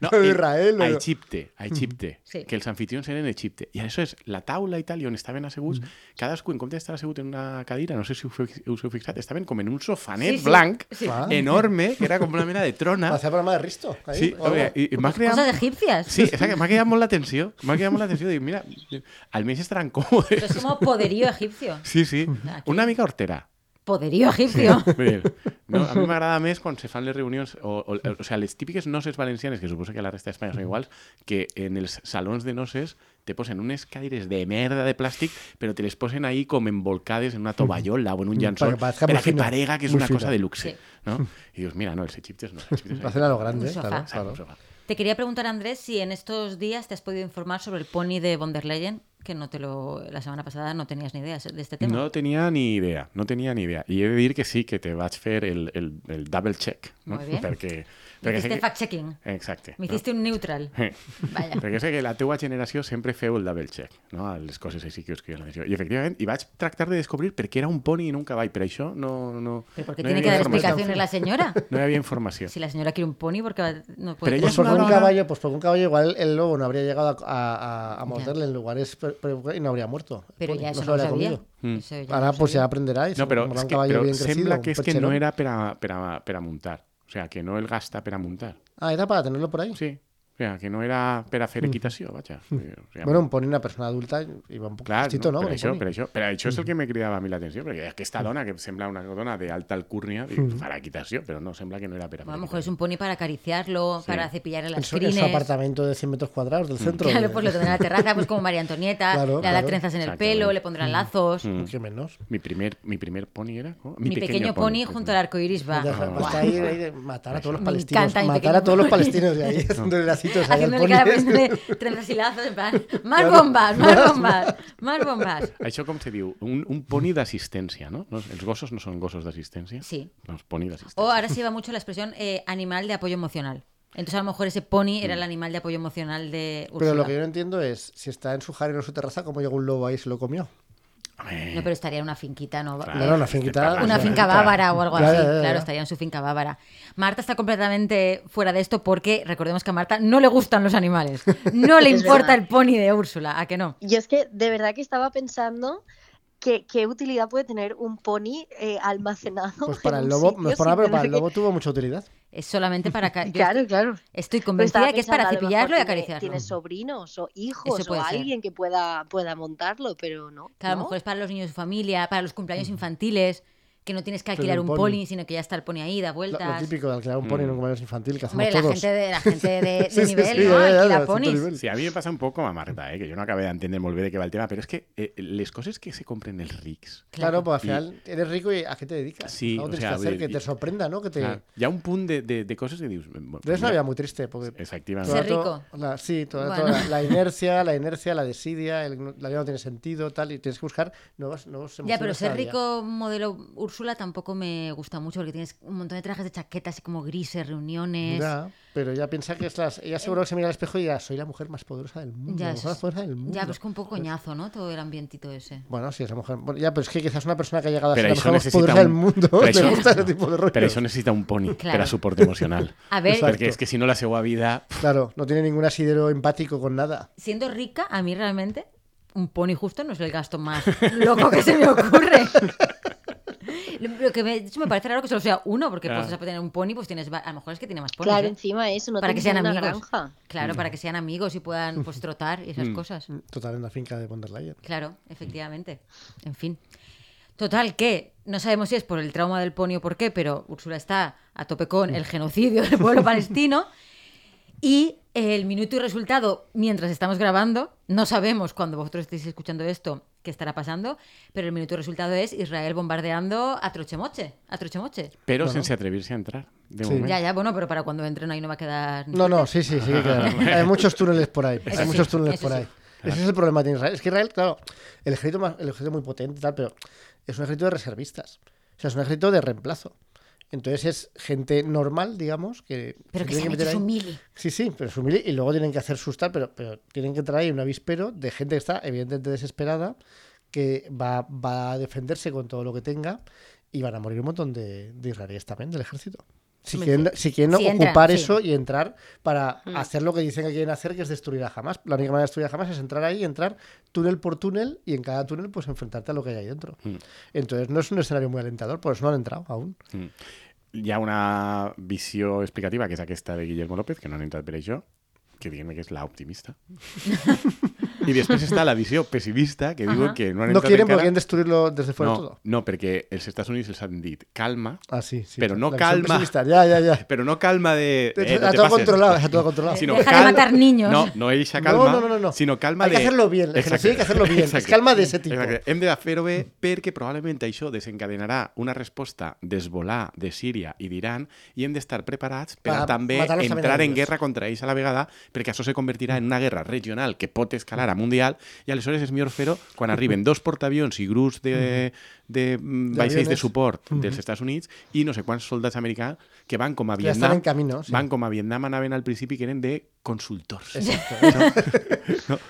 No, No, i- Israel, A no. Egipte, a Egipte. Sí. Que els anfitrions eren a Egipte. I això és la taula i tal, i on estaven asseguts, cadascú en compte d'estar assegut en una cadira, no sé si us heu, us heu fixat, estaven com en un sofanet Sí, sí. blanc, Sí. Ah. enorme, que era com una mena de trona. Hacía programa de Risto. ahí, Sí, o algo. oye, i, i m'ha creat... Cosas egipcias. Sí, exacte, m'ha quedat molt l'atenció. M'ha quedat molt l'atenció. Dic, mira, almenys estaran Pero es còmodes. como poderío egipcio. Sí, sí. Aquí. Una mica hortera. Poderío egipcio. Vull dir, No, a mi m'agrada més quan se fan les reunions, o, o, o sigui, les típiques noces valencianes, que suposo que a la resta d'Espanya són iguals, que en els salons de noces te posen unes cadires de merda de plàstic, però te les posen ahí com envolcades en una tovallola o en un llançó, Para que parezca per muy a que fina, parega que és muy una fina. cosa de luxe. Sí. No? I dius, mira, no, els egiptes Ah, pues no. Els egiptes Lo hacen a lo grande, Un sofá. claro, Exacte, claro. un sofà. Te quería preguntar, Andrés, si en estos días te has podido informar sobre el pony de von der Leyen, que no te lo, la semana pasada no tenías ni idea de este tema. No tenía ni idea, no tenía ni idea. I he de dir que sí, que te vaig fer el, el, el double check. No? Molt bé. Perquè, Me perquè sé hiciste que- fact-checking. Exacte. Me no? hiciste un neutral. Vaya. Perquè sé que la teua generació sempre feu el double check, no? a les coses així que us criden l'atenció. I efectivament, i vaig tractar de descobrir per què era un poni i no un cavall, per això no... no ¿Pero por qué no hi tiene que havia dar informació. explicaciones la señora? No hi havia informació. Si la señora quiere un pony, porque va- no puede. Pero tener- Pues ella es porque una un dona- caballo, pues porque un caballo igual el lobo no habría llegado a, a, a- a morderle en lugares per- per- y no habría muerto. Pero Pues ya no eso se no lo habría sabía. comido. Mm. Eso ya Ahora no lo pues ya sabía. aprenderá y No, però, como era és un que, caballo però bien crecido, sembla que un és que no percherón. era per a, per a, per a muntar. O sea, que no el gasta per a muntar. Ah, era para tenerlo por ahí. Sí. O sea, que no era per a fer equitació, vaja. O sea, Mm. Bueno, un pony una persona adulta iba un poco Clar, justito, ¿no? no? Con per, un això, pony. per això, per això és el que me cridava a mi l'atenció, perquè aquesta dona, que sembla una dona d'alta alcúrnia, dic, farà equitació, però no, sembla que no era per a Bueno, fer a lo mejor es equitació. un pony para acariciarlo, para cepillarle En las su, en su crines. apartamento de 100 metros cuadrados Mm. del centro. Claro, de- pues lo tendrá en la terraza, pues como María Antonieta, Claro, le hará claro. trenzas en el Exactamente. pelo, le pondrán lazos. Mm. ¿Qué menos? Mi primer, mi primer pony era... ¿cómo? Mi, pequeño, pony, junto al arco iris va. Ya, Guau. Hasta ahí, ahí de matar a todos los Me palestinos. encanta mi matar pequeño a todos los pony. palestinos de ahí, haciéndole lacitos ahí al Haciéndole pony. cara, poniéndole trenzas y lazos, en plan, más bombas, más bombas, más bombas. Això com se diu? Un, un poni d'assistència, no? no? Els gossos no són gossos d'assistència? Sí. Oh, No, els poni O d'assistència. ahora se lleva mucho la expresión eh, animal de apoyo emocional. Entonces a lo mejor ese pony era el Mm. animal de apoyo emocional de Úrsula. Pero lo que yo no entiendo es, si está en su jardín o en su terraza, ¿cómo llegó un lobo ahí y se lo comió? Home, No, pero estaría en una finquita, ¿no? Claro, No, no, una estem finquita- parlant Una de- finca bávara o algo Ya, así. ya, ya, Claro, ya. estaría en su finca bávara. Marta está completamente fuera de esto porque recordemos que a Marta no le gustan los animales. No le Es importa verdad. el pony de Úrsula, ¿a que no? Yo es que de verdad que estaba pensando que, qué utilidad puede tener un pony eh, almacenado. Pues para el en un lobo, sitio me sin para, pero tener para el que- lobo tuvo mucha utilidad. Es solamente para... ca- yo Claro, claro. Estoy Pero estaba convencida que es para pensando, a lo mejor cepillarlo y tiene- acariciarlo. Tiene sobrinos o hijos Eso o puede ser. alguien que pueda, pueda montarlo, pero no. Que a lo ¿no? mejor es para los niños de su familia, para los cumpleaños infantiles, que no tienes que Pero alquilar un un pony. pony, sino que ya está el pony ahí, da Lo, vueltas. lo típico de alquilar un pony en Mm. un cumpleaños infantil que hacemos Hombre, la todos. gente de, la gente de, de Sí, sí, sí, nivel, ya, ¿no? ya, ya, Alquila de cierto ponis. nivel. Sí, a mi em passa un poc com a Marta, eh? que jo no acabé d'entendre molt bé de què va el tema, però és que eh, les coses que se compren els rics... Claro, pues al Y- final eres rico y a qué te dedicas. Sí, Algo o tienes sea, que hacer y- que te y- sorprenda, ¿no? Que te... Clar, hi ha un punt de, de, de coses que dius... Bueno, Es una mira, vida muy triste, porque Efectivamente. Ser Toda- toda- rico. la- sí, toda, Bueno. toda la, la inercia, la inercia, la desidia, el- la vida no tiene sentido, tal, y tienes que buscar nuevas, nuevas emociones. Ya, pero ser cada día. rico modelo Úrsula tampoco me gusta mucho porque tienes un montón de trajes de chaquetas y como grises, reuniones. Ya, pero ella piensa que es las. Ella seguro que se mira al espejo y dirá, soy la mujer más poderosa del mundo. Eh. Ya, la eso mujer más es- poderosa del mundo. ya, pues que un poco coñazo, ¿no? Todo el ambientito ese. Bueno, sí, es la mujer. bueno, ya, pero es que quizás una persona que ha llegado a ser la Pero eso mujer más necesita poderosa del un- mundo pero le eso- gusta ese tipo de rollo. Pero eso necesita un pony Claro. para soporte emocional. A ver, Exacto. Porque es que si no la segua vida... Claro, no tiene ningún asidero empático con nada. siendo rica, a mí realmente un pony justo no es el gasto más loco que se me ocurre. Lo que me, de hecho, me parece raro que solo sea uno, porque Claro. pues, o sea, para tener un pony, pues tienes, va- a lo mejor es que tiene más ponis. Claro, ¿eh? encima eso, no para que tienes sean una amigos. granja. Claro, para que sean amigos y puedan pues trotar y Mm. esas cosas. Total, en la finca de von der Leyen. Claro, efectivamente. En fin. Total, que no sabemos si es por el trauma del ponio o por qué, pero Úrsula está a tope con el genocidio del pueblo palestino. Y el minuto y resultado, mientras estamos grabando, no sabemos cuando vosotros estéis escuchando esto qué estará pasando, pero el minuto y resultado es Israel bombardeando a Trochemoche. A Trochemoche. Pero sin atreverse a entrar, de Sí. momento. Ya, ya, bueno, pero para cuando entren ahí no va a quedar. ni No, cerca. no, sí, sí, sí que quedan. Hay muchos túneles por ahí. Eso sí, Hay muchos túneles eso por sí. ahí. Ese es el problema de Israel. Es que Israel, claro, el ejército, más- el ejército muy potente y tal, pero es un ejército de reservistas. O sea, es un ejército de reemplazo. Entonces es gente normal, digamos, que. Pero se que tiene se han meter hecho su ahí. mili. Sí, sí, pero es humilde y luego tienen que hacer sus tal, pero, pero tienen que entrar ahí un avispero de gente que está evidentemente desesperada, que va, va a defenderse con todo lo que tenga y van a morir un montón de, de israelíes también del ejército. Si Hombre, quieren, si quieren si entran, ocupar sí. Mm. eso y entrar para hacer lo que dicen que quieren hacer, que es destruir a Hamas. La única manera de destruir a Hamas es entrar ahí, entrar túnel por túnel y en cada túnel pues enfrentarte a lo que hay ahí dentro. Entonces no es un escenario muy alentador, por eso Mm. no han entrado aún. Hi ha una visió explicativa, que és aquesta de Guillermo López, que no han entrat per això, que diguem que és l'optimista. I després està la visió pessimista que diuen Ajá. que no han No entrat quieren, encara... porque quieren destruirlo desde fuera no, todo. No, perquè els Estats Units els han dit calma, Ah, sí, sí. Pero no la visión calma. pesimista. Ya, ya, ya. però no calma de... eh, no a te todo pases. controlado, a todo controlado. Sí, no. Eh, Deja de matar niños. No, no eixa calma, No, no, no, no. sinó calma Hay que de... hacerlo bien, el genocidio hay que hacerlo bien. Exacte. Es calma de ese tipo. Exacte. Hem de fer-ho bé perquè probablement això desencadenarà una resposta d'esvolar de Síria i d'Iran i hem d'estar preparats per a Per també matar-los també entrar a en ells. guerra contra ells a la vegada perquè això se convertirà en una guerra regional que pot escalar a mundial i aleshores és millor fer-ho quan arriben dos portaavions i grups de, de, mm, vaixells de aviones. Mm-hmm. suport dels Estats Units i no sé quants soldats americans que van com a Que ya están Vietnam en camino. sí. van com a Vietnam anaven al principi que eren de consultors.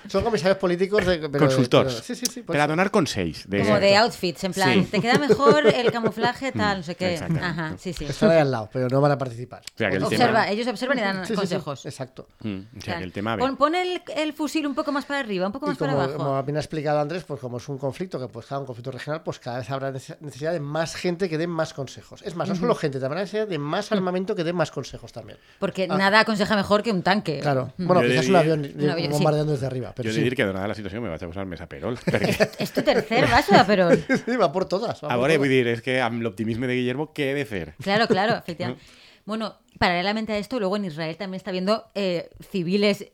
Son comisarios políticos de. pero- Consultors. pero- sí, sí, sí. por Per a eso. donar consells. De... Como de outfits, en plan, Sí. te queda mejor el camuflaje, tal, no sé qué. Exacto. Ajá, sí, sí. Están ahí al lado, pero no van a participar. O sea, que el Observa, ellos observan y dan Sí, sí, sí, consejos. Exacto. Mm, o sea, Plan, que el tema... Pon, pon el, el fusil un poco más para arriba, un poco Y más para como, abajo. como bien ha explicado Andrés, pues como es un conflicto que pues cada un conflicto regional, pues cada vez habrá nece- necesidad de más gente que dé más consejos. Es más, no solo gente, también habrá necesidad de más armamento que dé más consejos también. Porque nada aconseja mejor que un tanque. Ah. Claro. Bueno, Yo quizás diría- un avión Eh, Un avión, sí. bombardeando desde arriba. Yo Pero he de sí. dir que donada la situació me vaig a posar més a perol. Perquè... Es tu tercer vaso de Aperol. Sí, va por todas. va por A veure, todas. vull dir, és que amb l'optimisme de Guillermo, què he de fer? Claro, claro, efectivamente. Bueno, paralelamente a esto, luego en Israel también está viendo eh, civiles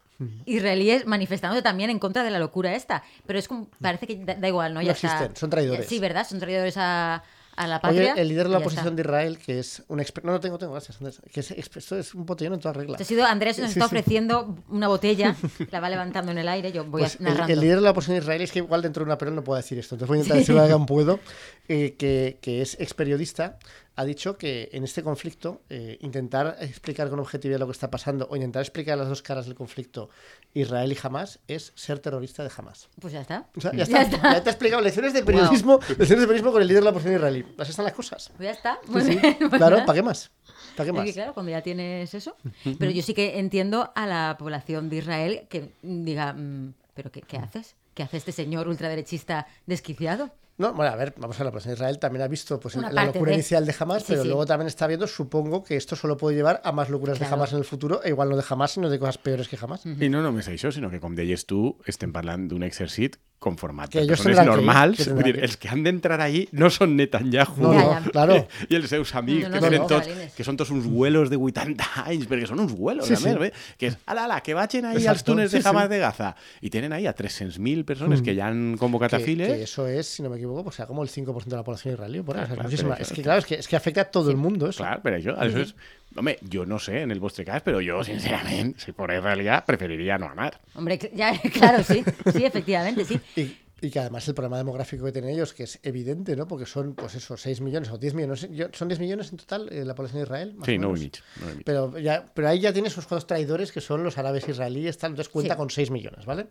israelíes manifestándose también en contra de la locura esta. Pero es como, parece que da, da igual, ¿no? Ya No está. existen, son traidores. Sí, ¿verdad? Son traidores a, a la Oye, patria. el líder de y ya la está. oposición de Israel, que es un experto. No, no tengo, tengo, gracias. Andrés. Que es, exper- esto es un botellón en todas reglas. Esto ha sido Andrés nos Sí, está sí. ofreciendo una botella, la va levantando en el aire, yo voy Pues el, narrando. el líder de la oposición israelí es que igual dentro de una perol no puedo decir esto, entonces voy a intentar decirlo lo que puedo, eh, que, que es ex periodista, ha dicho que en este conflicto eh, intentar explicar con objetividad lo que está pasando o intentar explicar las dos caras del conflicto Israel y Hamas es ser terrorista de Hamas. Pues ya está. O sea, ya, está, está. ya te he explicado lecciones de periodismo, lecciones de periodismo con el líder de la oposición israelí. Así están las cosas. Pues ya está. Muy Sí, sí. bien, pues Claro, nada. ¿para qué más? ¿Para qué Es más? que, claro, cuando ya tienes eso. Pero yo sí que entiendo a la población de Israel que diga, mm, ¿pero qué, qué haces? ¿Qué hace este señor ultraderechista desquiciado? No, bueno, a ver, vamos a la población de Israel también ha visto pues, Una la parte locura de- inicial de Hamas, Sí, pero sí. luego también está viendo, supongo, que esto solo puede llevar a más locuras de Claro. Hamas en el futuro, e igual no de Hamas, sino de cosas peores que Hamas. I no només això, sinó que, com deies tu, estem parlant d'un exercit conformat Que per ellos persones tendrán que ir, normals. que vull tendrán dir, que ir. els que han d'entrar allí no són Netanyahu. No, Ya, no, ya. claro. I els seus amics, No, no, no, no, no, que, tenen no. tots, Cabrines. que són tots uns güelos de 80 anys, perquè són uns güelos, Sí, a sí. més, bé, que és, ala, ala, que vagin ahí als Exacto, túnels de sí, sí. Hamas de Gaza. I tenen ahí a 300.000 persones que ja han convocat Que, a que files. eso es, si no me equivoco, pues sea como el 5% de la población israelí. por ahí, o sea, es Ah, claro, muchísima. pero es eso- que, claro, es que, es que afecta a todo el mundo eso. Clar, per això. Aleshores, home, jo no sé en el vostre cas, però jo, sincerament, si fos israelià, preferiria no anar. Hombre, cl- ya, claro, sí, sí, efectivamente, sí. Y, y que además el problema demográfico que tienen ellos, que es evidente, ¿no? Porque son, pues eso, 6 millones o 10 millones. yo- son 10 millones en total eh, la población de Israel. más Sí, o no menos. i mig. No i mig. Pero, ya, pero ahí ya tienes unos cuantos traidores que son los árabes israelíes, tal, entonces cuenta Sí. con 6 millones, ¿vale?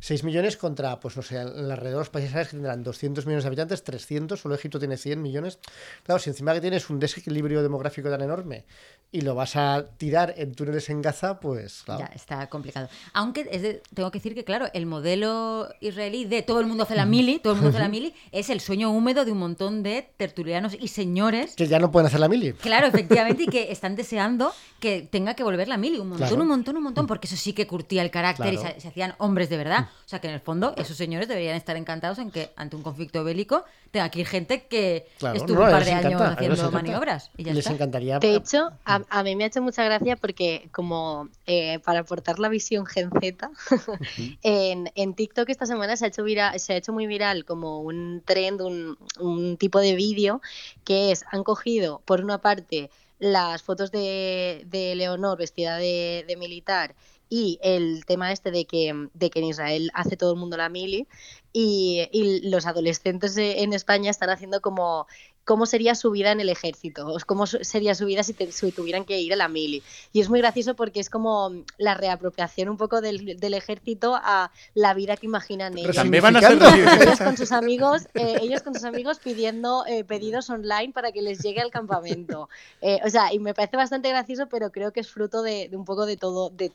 6 millones contra, pues no sé, al- alrededor de los países árabes que tendrán 200 millones de habitantes, 300, solo Egipto tiene 100 millones. Claro, si encima que tienes un desequilibrio demográfico tan enorme y lo vas a tirar en túneles en Gaza, pues claro. Ya está complicado. Aunque es de- tengo que decir que, claro, el modelo israelí de todo el mundo hace la mili, todo el mundo hace la mili, es el sueño húmedo de un montón de tertulianos y señores Que ya no pueden hacer la mili. Claro, efectivamente, y que están deseando que tenga que volver la mili. Un montón, Claro. un montón, un montón, porque eso sí que curtía el carácter y Claro. Mm. se, se hacían hombres de verdad. O sea que en el fondo, esos señores deberían estar encantados en que ante un conflicto bélico tenga aquí gente que Claro, estuvo no, un a ellos par de les años encanta, a ellos les haciendo encanta. maniobras. Y ya Les está. encantaría. De hecho, a, a mí me ha hecho mucha gracia porque como eh, para aportar la visión Gen Z, en, en TikTok esta semana se ha hecho vira- se ha hecho muy viral como un trend, un, un tipo de vídeo que es, han cogido por una parte las fotos de, de Leonor vestida de, de militar y el tema este de que, de que en Israel hace todo el mundo la mili y, y los adolescentes eh, en España están haciendo como cómo sería su vida en el ejército, o cómo su- sería su vida si, te- si tuvieran que ir a la mili. Y es muy gracioso porque es como la reapropiación un poco del, del ejército a la vida que imaginan ellos. També van a ser... Significando. residents. Ellos con sus amigos, eh, ellos con sus amigos pidiendo eh, pedidos online para que les llegue al campamento. Eh, o sea, y me parece bastante gracioso, pero creo que es fruto de, de un poco de todo, de, o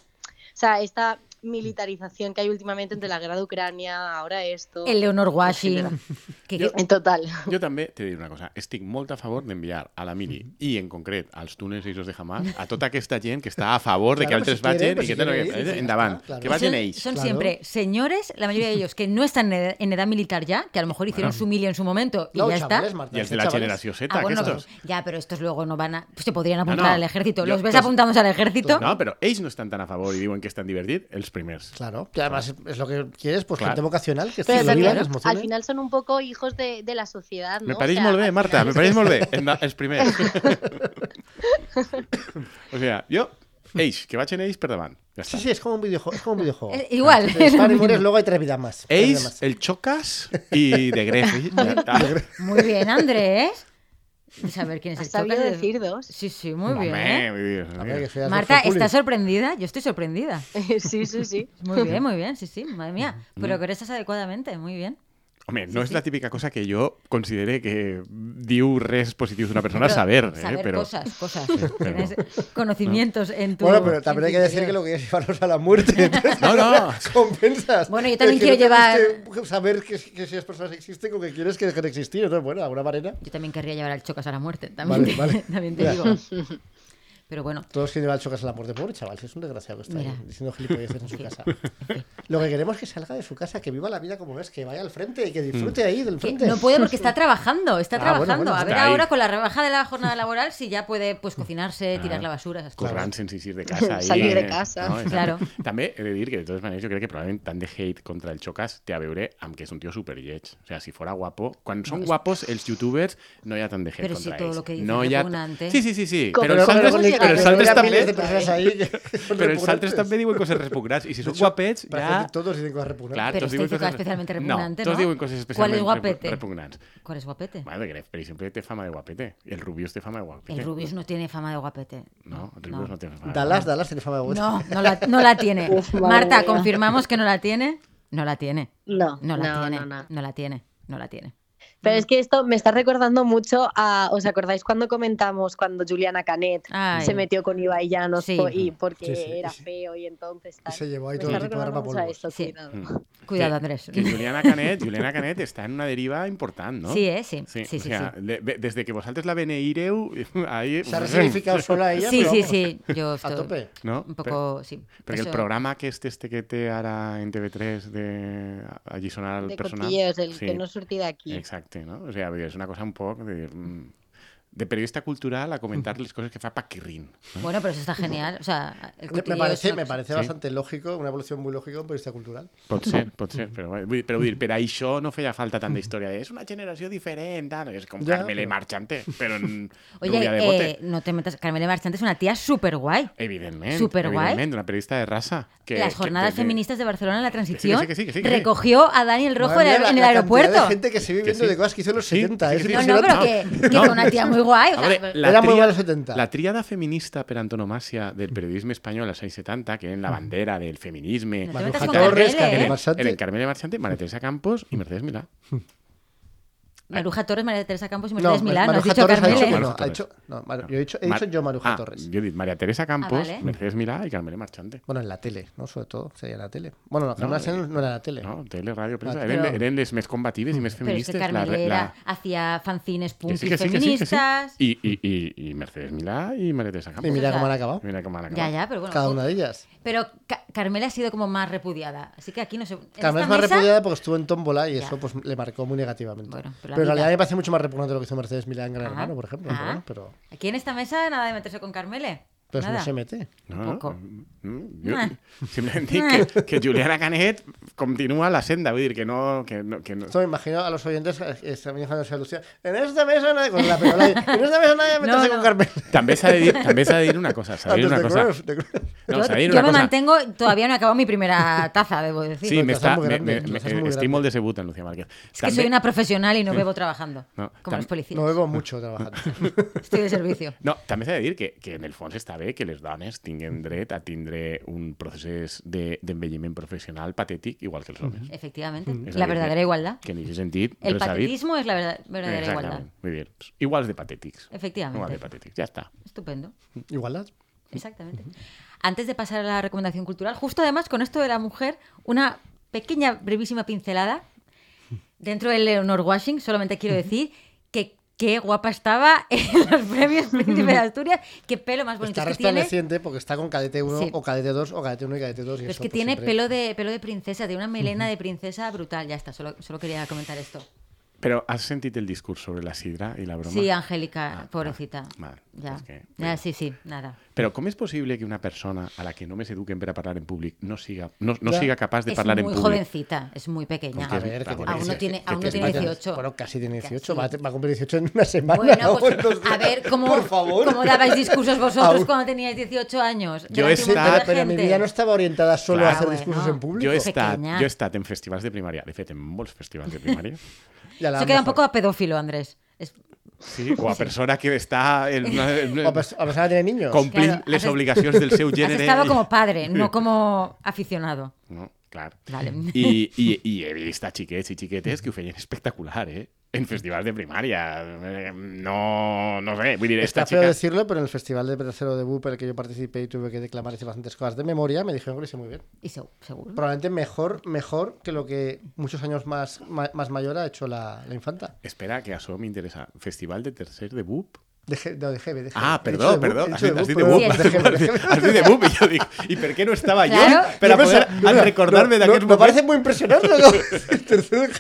sea, esta militarización que hay últimamente entre la guerra de Ucrania, ahora esto. El Leonor Washington. etcétera. Que- Yo- En total. Jo també t'he de dir una cosa, estic molt a favor d'enviar a la mili i en concret als túnels i els de Hamas a tota aquesta gent que està a favor de que Claro, altres si quieren, vagin pues i si que no, quieren ir, que- sí, endavant, está, claro. que son- vagin ells. Son Claro. siempre señores, la mayoría de ellos, que no están en ed- en edad militar ya, que a lo mejor hicieron su mili en su momento y No, ya chavales, está. Marta, I els de la chavales. generació Z, Ah, bueno, aquests. pues, ya, pero estos luego no van a. Pues se podrían No, apuntar no. al ejército. Yo- ¿Los ves pues- apuntados al ejército? No, però ells no estan tan a favor i diuen que estan divertit, els primers. Claro, que además es- es lo que quieres, pues Claro. gente vocacional, que Pero esté viva, también, que es al mocione. final son un poco hijos de, de la sociedad, ¿no? Me O pareix sea, molt bé, al Marta, final- me pareix molt bé. Hem de- Els primers. o sigui, jo, ells, que vagin ells per davant. Ja Sí, està. sí, es como un videojuego. Es como un videojuego. Eh, igual. Te disparan y mueres, luego hay tres vidas más. Tres vidas Ells, más. el Chocas i de Gref. Ja està. Muy bien, ¿eh? Andrés. Saber quién es Has el sabido chocas de- decir dos. Sí, sí, muy Home, bien. ¿eh? vull dir, Hombre, que soy Adolfo Marta, Juli. ¿estás sorprendida? Yo estoy sorprendida. sí, sí, sí. Muy bien, muy bien, sí, sí, madre mía. Progresas adecuadamente, muy bien. Home, no és la típica cosa que jo considere que diu res positiu d'una persona saber, eh? Saber però... cosas, cosas. pero- Tienes conocimientos en tu. Bueno, pero en también hay tu que decir que interior. lo que quieres llevarnos a la muerte. entonces, No, no. Compensas. Bueno, yo también El que quiero no te llevar- guste Saber que, que esas personas existen, con que quieres que dejen de existir. Entonces, bueno, de alguna manera, Yo también querría llevar al chocas a la muerte, también, Vale, te, vale. también te Ya. digo. Pero bueno, todos quieren llevar chocas a la muerte. Pobre chaval, si es un desgraciado que está ahí, Mira. diciendo gilipolleces en su casa. Lo que queremos es que salga de su casa, que viva la vida como es, que vaya al frente y Mm. que disfrute ahí del que frente. no puede porque está trabajando, está Ah, bueno, trabajando. bueno, a está ver ahí. ahora con la rebaja de la jornada laboral si ya puede pues cocinarse, tirar la basura, esas cosas. Corrant sense eixir de casa. i- Salir de casa. exacte. Claro. També he de dir que, de totes maneres, jo crec que probablement tant de hate contra el Chocas té a veure amb que és un tio superlleig. O sigui, si fora guapo... Quan són guapos, els youtubers, no hi ha tant de hate Però si contra todo ells. lo que dice no hi ha... repugnante. Sí, sí, sí, sí. Com- Però els Pero altres, con el- però els con el altres també... Gabriel de personas ahí que son Però els altres repugnantes. també diuen coses repugnants. I si són guapets, ja... Prácticamente Todos dicen cosas repugnantes. Clar, Pero tots este diuen Chocas coses... especialmente no, repugnante, tots ¿no? diuen coses ¿Cuál es especialment repu- guapete? repugnants. ¿Cuál es guapete? Bueno, de Gref, per exemple, té fama de guapete. I el Rubius té fama de guapete. El Rubius no tiene fama de guapete. No, el Rubius no, té fama de Dallas, Dallas tiene fama de guapo. No, no la, no la tiene. Uf, madre Marta, mía. ¿confirmamos que no la tiene? No la tiene. No, No la no, tiene. no, no. No la tiene. No la tiene. Pero es que esto me está recordando mucho a. ¿Os acordáis cuando comentamos cuando Juliana Canet Ay. se metió con Ibai Llanos Sí. po- y porque Sí, sí, y era se- feo y entonces. Tal. se llevó ahí Me pues todo está tipo de recordando mucho a armapolvos. esto, Sí. cuidado. Mm. Cuidado, que- Andrés. Que Juliana Canet, Juliana Canet està en una deriva important, no? Sí, eh, sí. Sí, sí, o sea, sí. de- de- desde que vosaltres la beneireu, ahí... pues, Se ha resignificado sola ella. Sí, pero sí, vamos, sí. Yo estoy A tope. No? un poco, sí. Per- perquè el Eso- programa aquest este que té ara en TV3 de allisonar el De personal... cotilleos, el que no surtí de aquí. Exacte, no? O sea, vull dir, és una cosa un poc de dir... mm, De periodista cultural a comentar les coses que fa Paquirrin. Bueno, pero eso está genial. O sea, el Me- Me cotilleo parece, es una me cosa- parece Sí. bastante lógico, una evolución muy lógica en periodista cultural. Pot ser, pot ser, però, vaja, vull dir, però vull dir, per això no feia falta tanta història. de, És una generació diferent, tal, és com Ja, Carmele però- Marchante, però en Oye, rubia de bote. eh, no te metas. Carmela Marchante es una tía súper guay. Evidentment. Superguai. evidentment, una periodista de raza. Que, Las que- jornadas que- que- feministas de Barcelona en la transición sí, que sí, que sí, que sí. recogió a Daniel Rojo Madre en mía, el- en el la- la cantidad aeropuerto. De gente que se vive viendo sí. de cosas que hizo en los Sí, 70. sí, es sí, sí. No, no, impresionante. pero que, que No. fue una tía muy guy. O A sea, veure, la Era muy tria- bueno el 70. La tríada feminista per antonomàsia del periodisme espanyol als anys 70, que eren la bandera del feminisme... No te Manu metas con Fatal, Carmele, eren- eh. Marchante. Eren Carmele Marchante, María Teresa Campos i Mercedes Milá. Maruja Torres, María Teresa Campos y No, Mercedes Ma- Milán. ¿No has Maruja dicho Torres ha Carmele? dicho que Maruja no, ha Torres. dicho- no, Mar- yo he dicho, he dicho yo Maruja ah, Torres. Jo he dit María Teresa Campos, Ah, vale. Mercedes Milá i Carmele Marchante. Bueno, en la tele, ¿no? Sobre todo, sería la tele. Bueno, no, Carmela eh, Sen no era la tele. No, tele, ràdio, premsa. Ah, Eren, però- eren les més combatives i més Pero es feministes. que Carmele la, era- la... hacía fanzines Que punk sí, y que sí, que sí, que sí. feministas. I, i, i, i Mercedes Milá i María Teresa Y Campos. mira o sea, cómo han acabado. Mira com han Ya, acabat. ya, pero bueno. Cada tú- una de ellas. Pero Ca- Carmela ha sido como más repudiada. Así que aquí no se. en Carmela es esta más mesa- repudiada porque estuvo en tómbola y Ya. eso pues le marcó muy negativamente. Bueno, pero la pero en realidad vida- me parece mucho más repugnante lo que hizo Mercedes Milán en Gran Ah, Hermano, por ejemplo. ah. pero bueno, Pero, Aquí en esta mesa nada de meterse con Carmele. pero Pues eso nada. no se mete. Un poco. Mm, jo, Ah. simplement dic que, que Juliana Canet continua la senda, vull dir que no... Que no, que no. Esto me imagino a los oyentes eh, eh, también dejándose a Lucía. En esta mesa nadie con la perola. En esta mesa nadie meterse No, con no. Carmela. També s'ha de, dir, també s'ha de dir una cosa, s'ha de dir Antes una de cosa. Cruyff, de Cruyff. No, yo s'ha de dir yo una me cosa. mantengo, todavía no he acabado mi primera taza, debo decir. Sí, No, me estás està, muy me, eh, grande, me, me, estás muy grande. estic molt decebut en Lucía Márquez. es que soy una profesional y no bebo trabajando, No, como tam- los policías. No bebo mucho trabajando. Estoy de servicio. No, també s'ha de dir que, que en el fons està bé que les dones tinguin dret a tindre un procés de- d'envelliment de, professional patètic igual que els homes. Efectivamente. És a La dir, verdadera que- igualdad. Que en aquest sentit... El res a dir. patetismo es la verdad- verdadera Exactament. igualdad. Vull dir, iguals de patètics. Efectivamente. Igual de patètics, ja està. Estupendo. Igualdad. Exactamente. Antes de pasar a la recomendación cultural, justo además con esto de la mujer, una pequeña, brevísima pincelada. Dentro del Leonor Washing, solamente quiero decir que qué guapa estaba en los premios Príncipe de Asturias, qué pelo más bonito Está que tiene. resplandeciente porque está con cadete 1 Sí. o cadete 2 o cadete 1 y pues, cadete 2. Pero es que tiene pelo de pelo de princesa, tiene una melena de princesa brutal. Ya está, solo, solo quería comentar esto. Pero has sentido el discurso sobre la sidra y la broma. Sí, Angélica, Ah, pobrecita. ah, vale. ya. Es que- Ya, sí, sí, nada. Pero ¿cómo es posible que una persona a la que no me eduquen para hablar en público no siga, no, no Ya. siga capaz de Es hablar en muy público? jovencita, es muy pequeña. Porque A ver, que Ah, bueno, aún no tiene, que aún no te tiene vayas. 18. Bueno, casi tiene 18. Casi. Va a, va a cumplir 18 en una semana. Bueno, o pues, en dos a días. ver, ¿cómo, Por favor. cómo dabais discursos vosotros Aún. cuando teníais 18 años? Delante de Yo un estaba- montón Pero, de pero mi gente. vida no estaba orientada solo a Claro. hacer Ah, discursos bueno. en público. Jo he, estat, Pequeña. jo he estat en festivals de primària. De fet, en molts festivals de primària. Ya la Eso queda un mejor. poco a pedófilo, Andrés. Es- Sí, o a persona que està en una, en O a una, pers- a persona que tiene niños. complint Claro, les has- obligacions del seu has gènere. estado i- como padre, no como aficionado. No, clar. Vale. I, i, I he vist a xiquets i xiquetes que ho feien espectacular, eh? En festivals de primària. Eh, No, no sé, vull dir, esta Está feo xica... decirlo, pero en el festival de tercero debut en el que yo participé y tuve que declamar y decir bastantes cosas de memoria, me dijeron que lo hice muy bien. Y se- seguro. Probablemente mejor, mejor que lo que muchos años más, ma- más mayor ha hecho la, la infanta. Espera, que això m'interessa. Festival de tercer de BUP? De, G- no, de GB, de GB. Ah, He perdó, dicho de perdó. Boop, he Has dicho dit Boop, pero es de GB, de GB. has dit de BUP. Has dit- has dit de BUP. I jo dic, i per què no estava jo Claro. per a Yo poder pensaba- no, recordar-me no, d'aquest no, Me parece moment? muy impresionante. ¿no? El tercero de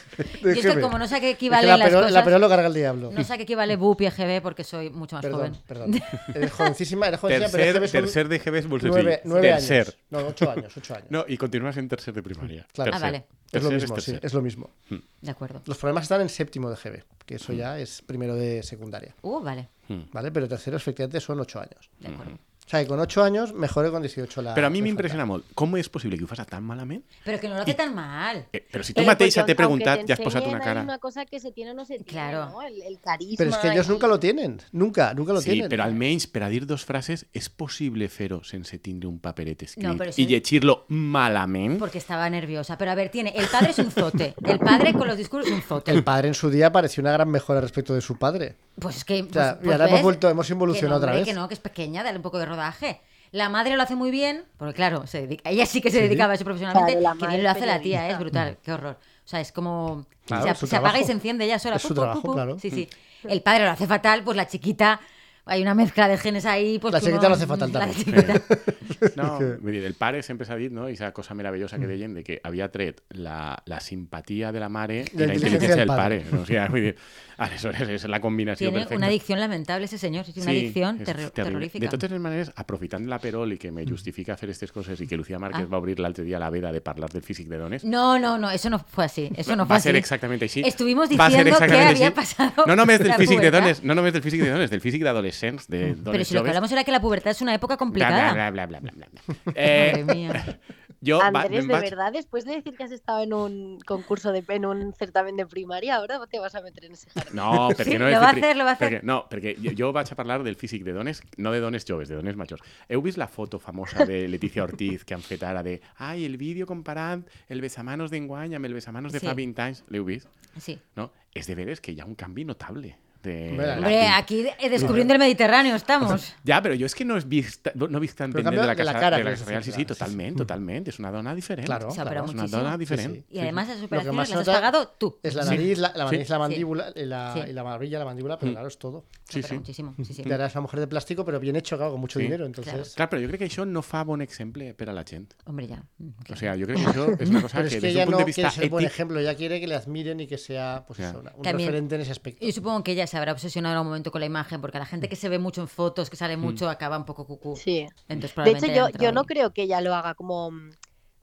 Yo es que GB. como no sé a qué Es que equivalen la las perola- La cosas- perola lo carga el diablo. No sé a qué equivale BUP y EGB porque soy mucho más Perdón, joven. perdón. Eres jovencíssima, eres jovencíssima, pero este Tercer, es que tercer de GB és molt senzill. nueve, nueve tercer. años. No, ocho años, ocho años. No, i continues en tercer de primària. Claro. Tercer. Ah, vale. es lo Tercer mismo, sí, tercer. Hmm. es lo mismo. De acuerdo. Los problemas están en séptimo de GB, que eso ya es primero de secundaria. Uh, vale. Hmm. ¿Vale? Pero tercero, efectivamente, son 8 años. De acuerdo. O sea, que con 8 años mejoré con 18 la. Però a mi la m'impressiona molt. Com és possible que ho fas tan malament? Pero que no lo hace tan mal. Eh, però si tu Pero mateixa pues, t'he aunque preguntat, te ja has posat enseñen, una hay cara. una cosa que se tiene o no se tiene, Claro. ¿no? El, el carisma. Pero es que ellos y- nunca lo tienen. Nunca, nunca lo Sí, tienen. però almenys per a dir dos frases és possible fer-ho sense tindre un paperet escrit però i sí. llegir-lo ¿Mm? malament. Porque estaba nerviosa. Pero a ver, tiene. El padre es un zote. El padre con los discursos es un El zote. padre en su día pareció una gran mejora respecto de su padre. Pues es que. Pues, O sea, y pues ahora ves hemos vuelto, hemos que no, involucionado otra hombre, vez. Que no, que es pequeña, dale un poco de rodaje. La madre lo hace muy bien, porque claro, se dedica- ella sí que se dedicaba a eso profesionalmente. Claro, la que madre bien lo hace la tía, periodista. ¿eh? es brutal, qué horror. O sea, es como. Claro, se, es su se apaga y trabajo. se enciende ella sola. Es su trabajo, claro. Sí, sí. Mm. El padre lo hace fatal, pues la chiquita. Hay una mezcla de genes ahí. Pues La que chiquita uno- lo hace fatal la también. chiquita. No, vull dir, el pare sempre s'ha dit, no?, i esa cosa meravellosa Mm. que deien de que havia tret la, la simpatia de la mare i la, intel·ligència del pare. No? O sigui, vull dir, aleshores és la combinació Tiene perfecta. una adicción lamentable ese señor. sí, Una Sí, adicción és terro- terrible. terrorífica. Mm. De totes les maneres, aprofitant la perol i que me justifica fer aquestes coses i que Lucía Márquez Ah. va obrir l'altre dia la veda de parlar del físic de dones, No, no, no, eso no fue así. Eso no va fue a ser así. exactamente así. Estuvimos Va a diciendo ser que exactamente había així. pasado. No només del la físic de pubertad. dones, no només del físic de dones, del físic d'adolescents, de dones Pero si lo que joves. hablamos era que la pubertad es una época Bla, complicada. bla, bla, bla, bla, bla, bla, bla. Eh, Madre mía. jo va, Andrés, me'n de vaig... verdad, después de decir que has estado en un concurso, de, en un certamen de primaria, ahora te vas a meter en ese jardín. No, perquè Sí, no lo és va de a pri- hacer, lo va a hacer. Perquè, no, perquè jo, jo vaig a parlar del físic de dones, no de dones joves, de dones majors. Heu vist la foto famosa de Letícia Ortiz que han fet ara de ai, el vídeo comparant el besamanos d'enguany amb el besamanos de Sí. fa 20 anys. L'heu vist? Sí. No? És de veres que hi ha un canvi notable. De... Hombre, la- Hombre, aquí eh, descubriendo el Mediterráneo estamos. Ja, però jo és que no he vist, no he vist tan Però pendent canvia de la de la casa, cara, de la que casa és real. Sí, sí, clar, sí, sí. totalment, totalment. És una dona diferent. Claro, Se ha claro. És una muchísimo. dona diferent. Sí, sí. Y además esas Lo que más operaciones se las has nota pagado tú. Es la Sí. nariz, la, la Sí. nariz, la mandíbula y, la, Sí. y la barbilla, la mandíbula, pero claro, es todo. Sí, Pero sí. Muchísimo. Sí, sí. Y ahora es una mujer de plástico, pero bien hecho, claro, con mucho Sí. dinero. Entonces, Clar, però jo crec que això no fa bon exemple per a la gent. Hombre, ya. Mm, O claro. sigui, jo crec que això és una cosa Pero que, es que des ella d'un punt no de quiere vista ser buen ètic... ejemplo, ella quiere que le admiren y que sea pues, Ya. eso, una- un También- referente en ese aspecto. Yo supongo que ella se habrá obsesionado en algún momento con la imagen, porque la gente que se ve mucho en fotos, que sale mucho, acaba un poco cucú. Sí. Entonces, De hecho, probablemente haya yo, entrado yo no ahí. creo que ella lo haga como mm,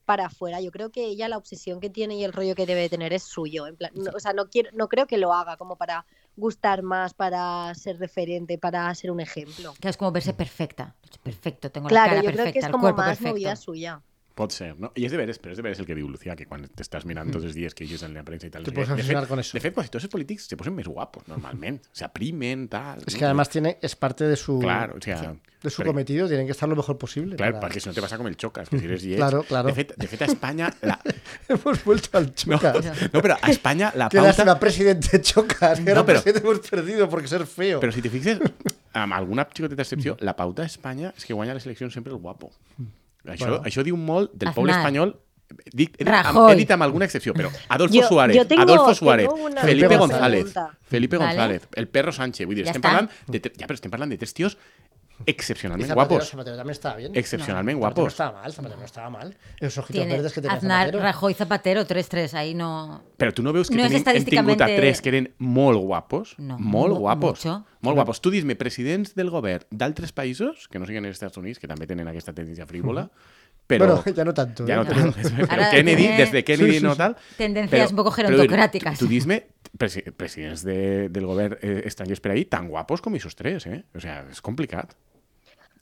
para afuera. Yo creo que ella la obsesión que tiene y el rollo que debe tener es suyo. En plan, no- o sea, no, quiero, no creo que lo haga como para gustar más, para ser referente, para ser un ejemplo. Claro, es como verse perfecta. Perfecto, tengo Claro, la yo cara creo que es perfecta, el como cuerpo más perfecto. movida suya. Pot ser, no? I és de veres, però és de veres el que diu Lucía, que quan t'estàs mirant tots els dies que llegis en la premsa i tal... Mm. Te no sé puedes què, de obsesionar fet- con eso. De pues fet, quasi tots els polítics se posen més guapos, normalment. S'aprimen, tal... Es no? que además tiene, es parte de su, Claro, o sigui... de su perquè- cometido, tienen que estar lo mejor posible. Clar, para- perquè si no te passa com el Xocas, que si eres lleig... Claro, claro. De fet, de fet a Espanya... La... Hemos vuelto al No, Chocas. no, però a Espanya la Qué pauta... lástima, presidente Chocas. Que No, ahora pero- presidente hemos perdido porque ser feo. Però si te fixes, amb alguna xicoteta excepció, la pauta a Espanya és que guanya les eleccions sempre el guapo. Això, Bueno. això diu molt del Aznar. poble espanyol Dic, he, dit amb, Rajoy. he dit amb alguna excepció, però Adolfo Jo- Suárez, jo tengo- Adolfo Suárez, tengo una Felipe pregunta. González, Felipe Vale. González, el perro Sánchez, vull dir, Ja estem està. parlant de, tre- ja, però estem parlant de tres tios Y excepcionalment Zapatero, guapos. Zapatero también estaba bien. Excepcionalment Zapatero no guapos. estaba mal, Zapatero no estaba mal. Esos ojitos Tiene verdes que tenía Aznar, Zapatero. Rajoy, Zapatero, 3-3. Ahí no. Però tu no veus que No no és tenim, hem tingut a estadísticamente- tres que eren molt guapos? No, molt mu- guapos. mucho. Molt guapos. Tu dis-me presidents del govern d'altres països, que no siguin els Estats Units, que també tenen aquesta tendència frívola, però... Bueno, ya no tanto. Ja ¿eh? no No. tant. Però Ara Kennedy, tiene des de Kennedy no tal... Tendencias un poco però, vull dir, gerontocráticas. Tu, tu dis-me presi presidents de, del govern eh, estrangers per ahí tan guapos com esos tres, eh? O sea, és complicat.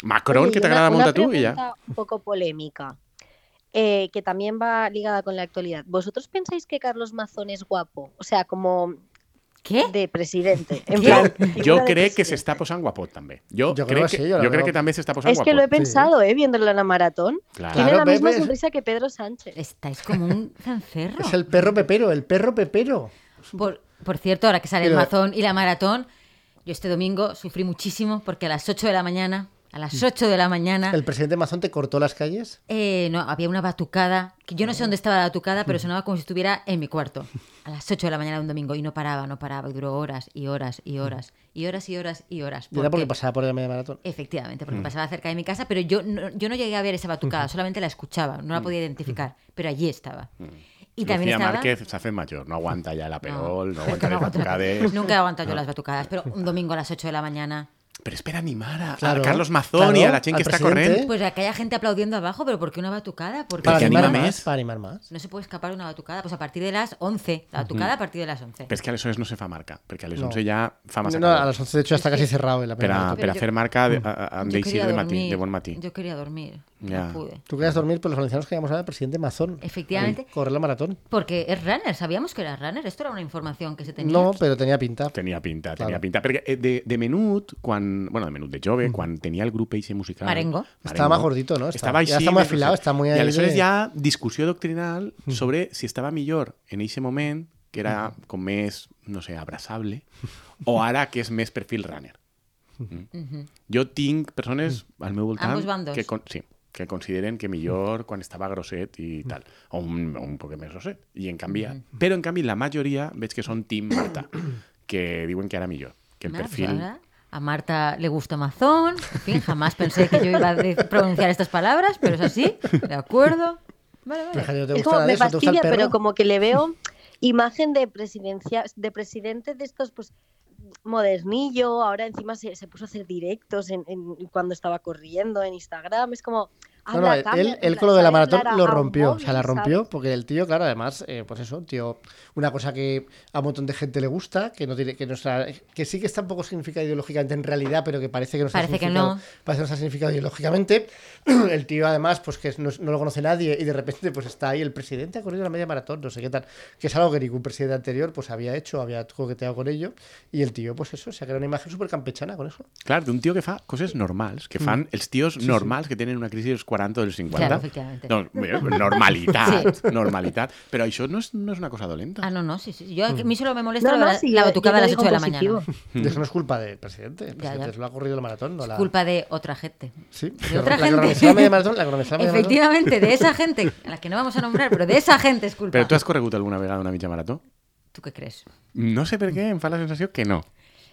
Macron, Oye, que y una- t'agrada molt una a tu, i ja. pregunta Un poco polémica, eh, que también va ligada con la actualidad. ¿Vosotros pensáis que Carlos Mazón es guapo? O sea, como ¿Qué? de presidente. En Jo, plan, jo figura de crec que presidente. s'està posant guapot, també. Jo, Jo crec crec, que que, sí, jo la jo veu. crec que també s'està posant Es que lo he guapot. pensado, ¿eh? Viéndolo en la maratón. Clar. Tiene la Claro, misma Pepe. sonrisa que Pedro Sánchez. Estáis como un zanferro. Es el perro pepero, el perro pepero. Por, por cierto, ahora que sale el Mira. mazón y la maratón, yo este domingo sufrí muchísimo porque a las 8 de la mañana, a las 8 de la mañana, Mm. El presidente Mazón te cortó las calles. eh, no, había una batucada, que yo no sé dónde estaba la batucada, Mm. pero sonaba como si estuviera en mi cuarto, a las 8 de la mañana de un domingo, y no paraba, no paraba, y duró horas y horas y horas, y horas y horas y horas. Y era porque porque- pasaba por el medio maratón. Efectivamente, Mm. porque pasaba cerca de mi casa, pero yo no, yo no llegué a ver esa batucada, solamente la escuchaba, no la podía identificar, pero allí estaba. Y también Mm. Lucía estaba... Márquez s'ha fet major, no aguanta ja la peol, no, es que aguanta no les aguanto la- batucades... Nunca he aguantado yo las batucadas, pero un domingo a las 8 de la mañana. Però és per animar a, Claro, a Carlos Mazón i a claro, la gent que al està presidente. corrent. Pues que haya gente aplaudiendo abajo, pero ¿por qué una batucada? Porque Pero Para que animar anima más. más. Para animar más. no se puede escapar una batucada. Pues a partir de las 11. La batucada a partir de las 11. Però és que a les 11 no se fa marca, perquè a les No. 11 ja fa massa No, a calor. las 11 de hecho está casi cerrado en la Per a, primera maratón. per a Però fer jo- marca de- a- a- hem Yo d'eixir quería de, matí, dormir, de bon matí. Yo quería dormir. Ya. No pude. Tú querías dormir, pero los valencianos queríamos hablar del presidente Mazón. Efectivamente. Correr la maratón. Porque es runner. Sabíamos que era runner. Esto era una información que se tenía. No, pero tenía pinta. Tenia pinta, tenia Claro. pinta. Perquè eh, de, de menut, quan, bueno, de menut de jove, quan tenia el grup eixe musical... Marengo. Estava más gordito, no? Estava- Estava així, ja està molt més afilado, rosset. està molt I ahí aleshores de- hi ha discussió doctrinal sobre si estava millor en eixe moment, que era com més, no sé, abraçable, o ara que és més perfil runner. ¿Mm? Ujú. Jo tinc persones al meu Ambos voltant bandos. que, con, sí, que consideren que millor quan estava grosset i tal, o un, o un poc més grosset, i en canvi, però en canvi la majoria veig que són Team Marta, que diuen que ara millor, que el Nada, pues perfil... ahora A Marta le gusta Mazón. En fin, jamás pensé que yo iba a de- pronunciar estas palabras, pero es así. De acuerdo. Vale, vale. Fíjate, no te Es gusta como nada de eso, te gusta me el fastidia, pero perro. como que le veo imagen de presidencia, de presidente de estos, pues modernillo, ahora encima se, se puso a hacer directos en, en- cuando estaba corriendo en Instagram, es como No, no, habla, él, cambia, él- en él plan, con lo de la sabe hablar maratón a- lo a un rompió, o sea, móvil, la ¿sabes? rompió porque el tío, claro, además, eh, pues eso, un tío, una cosa que a un montón de gente le gusta, que no tiene, que no está- que sí que está un poco significada ideológicamente en realidad, pero que parece que no está Parece que significado- no. parece que no está significado ideológicamente. El tío, además, pues que no, no lo conoce nadie y de repente, pues está ahí el presidente ha corrido la media maratón, no sé qué tal, que es algo que ningún presidente anterior, pues había hecho, había coqueteado con ello y el tío, pues eso, se ha creado una imagen súper campechana con eso. Clar, d'un tio que fa coses normals, que fan els tios normals que tenen una crisi dels 40 o dels 50. Claro, efectivament. Doncs, bé, normalitat, normalitat. Però això no és, no és una cosa dolenta. Ah, no, no, sí, sí. Yo, a mí solo me molesta No, la, no, sí, la yo- batucada a yo lo las digo 8 de la positivo. mañana. Y eso no es culpa del presidente, Ya, el ya. presidente se lo ha corrido la maratón, no la... Culpa de otra gente. Sí, De otra la que gente. organizaba media maratón, la que organizaba media maratón. Efectivamente, de esa gente, a la que no vamos a nombrar, pero de esa gente es culpa. Però tu has corregut alguna vegada una mitja marató? ¿Tú qué crees? No sé per què, em fa la sensació que no.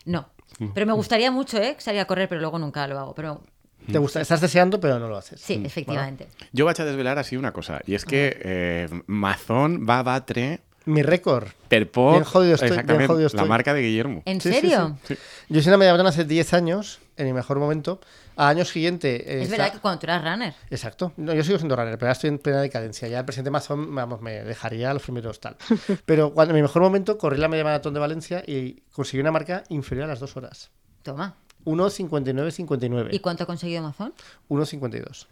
No. Pero me gustaría mucho, ¿eh? Salir a correr, pero luego nunca lo hago. Pero Te gusta, estás deseando, pero no lo haces. Mm, sí, efectivamente. Jo vaig a desvelar així una cosa, i és que Ah. eh, Mazón va batre Mi récord. per poc Bien jodido estoy, bien exactament jodido la estoy. marca de Guillermo. ¿En Sí, sí, serio? Sí. Yo hice una media maratón hace 10 años, en mi mejor momento. A años siguiente. eh, Es está- verdad que cuando tú eras runner. Exacto. No, yo sigo siendo runner, pero ahora estoy en plena decadencia. Ya el presidente Mazón, vamos, me dejaría los primeros tal. Pero cuando, en mi mejor momento corrí la media maratón de Valencia y conseguí una marca inferior a las dos horas. Toma. 1.59.59. ¿Y cuánto ha conseguido Mazón? 1.52.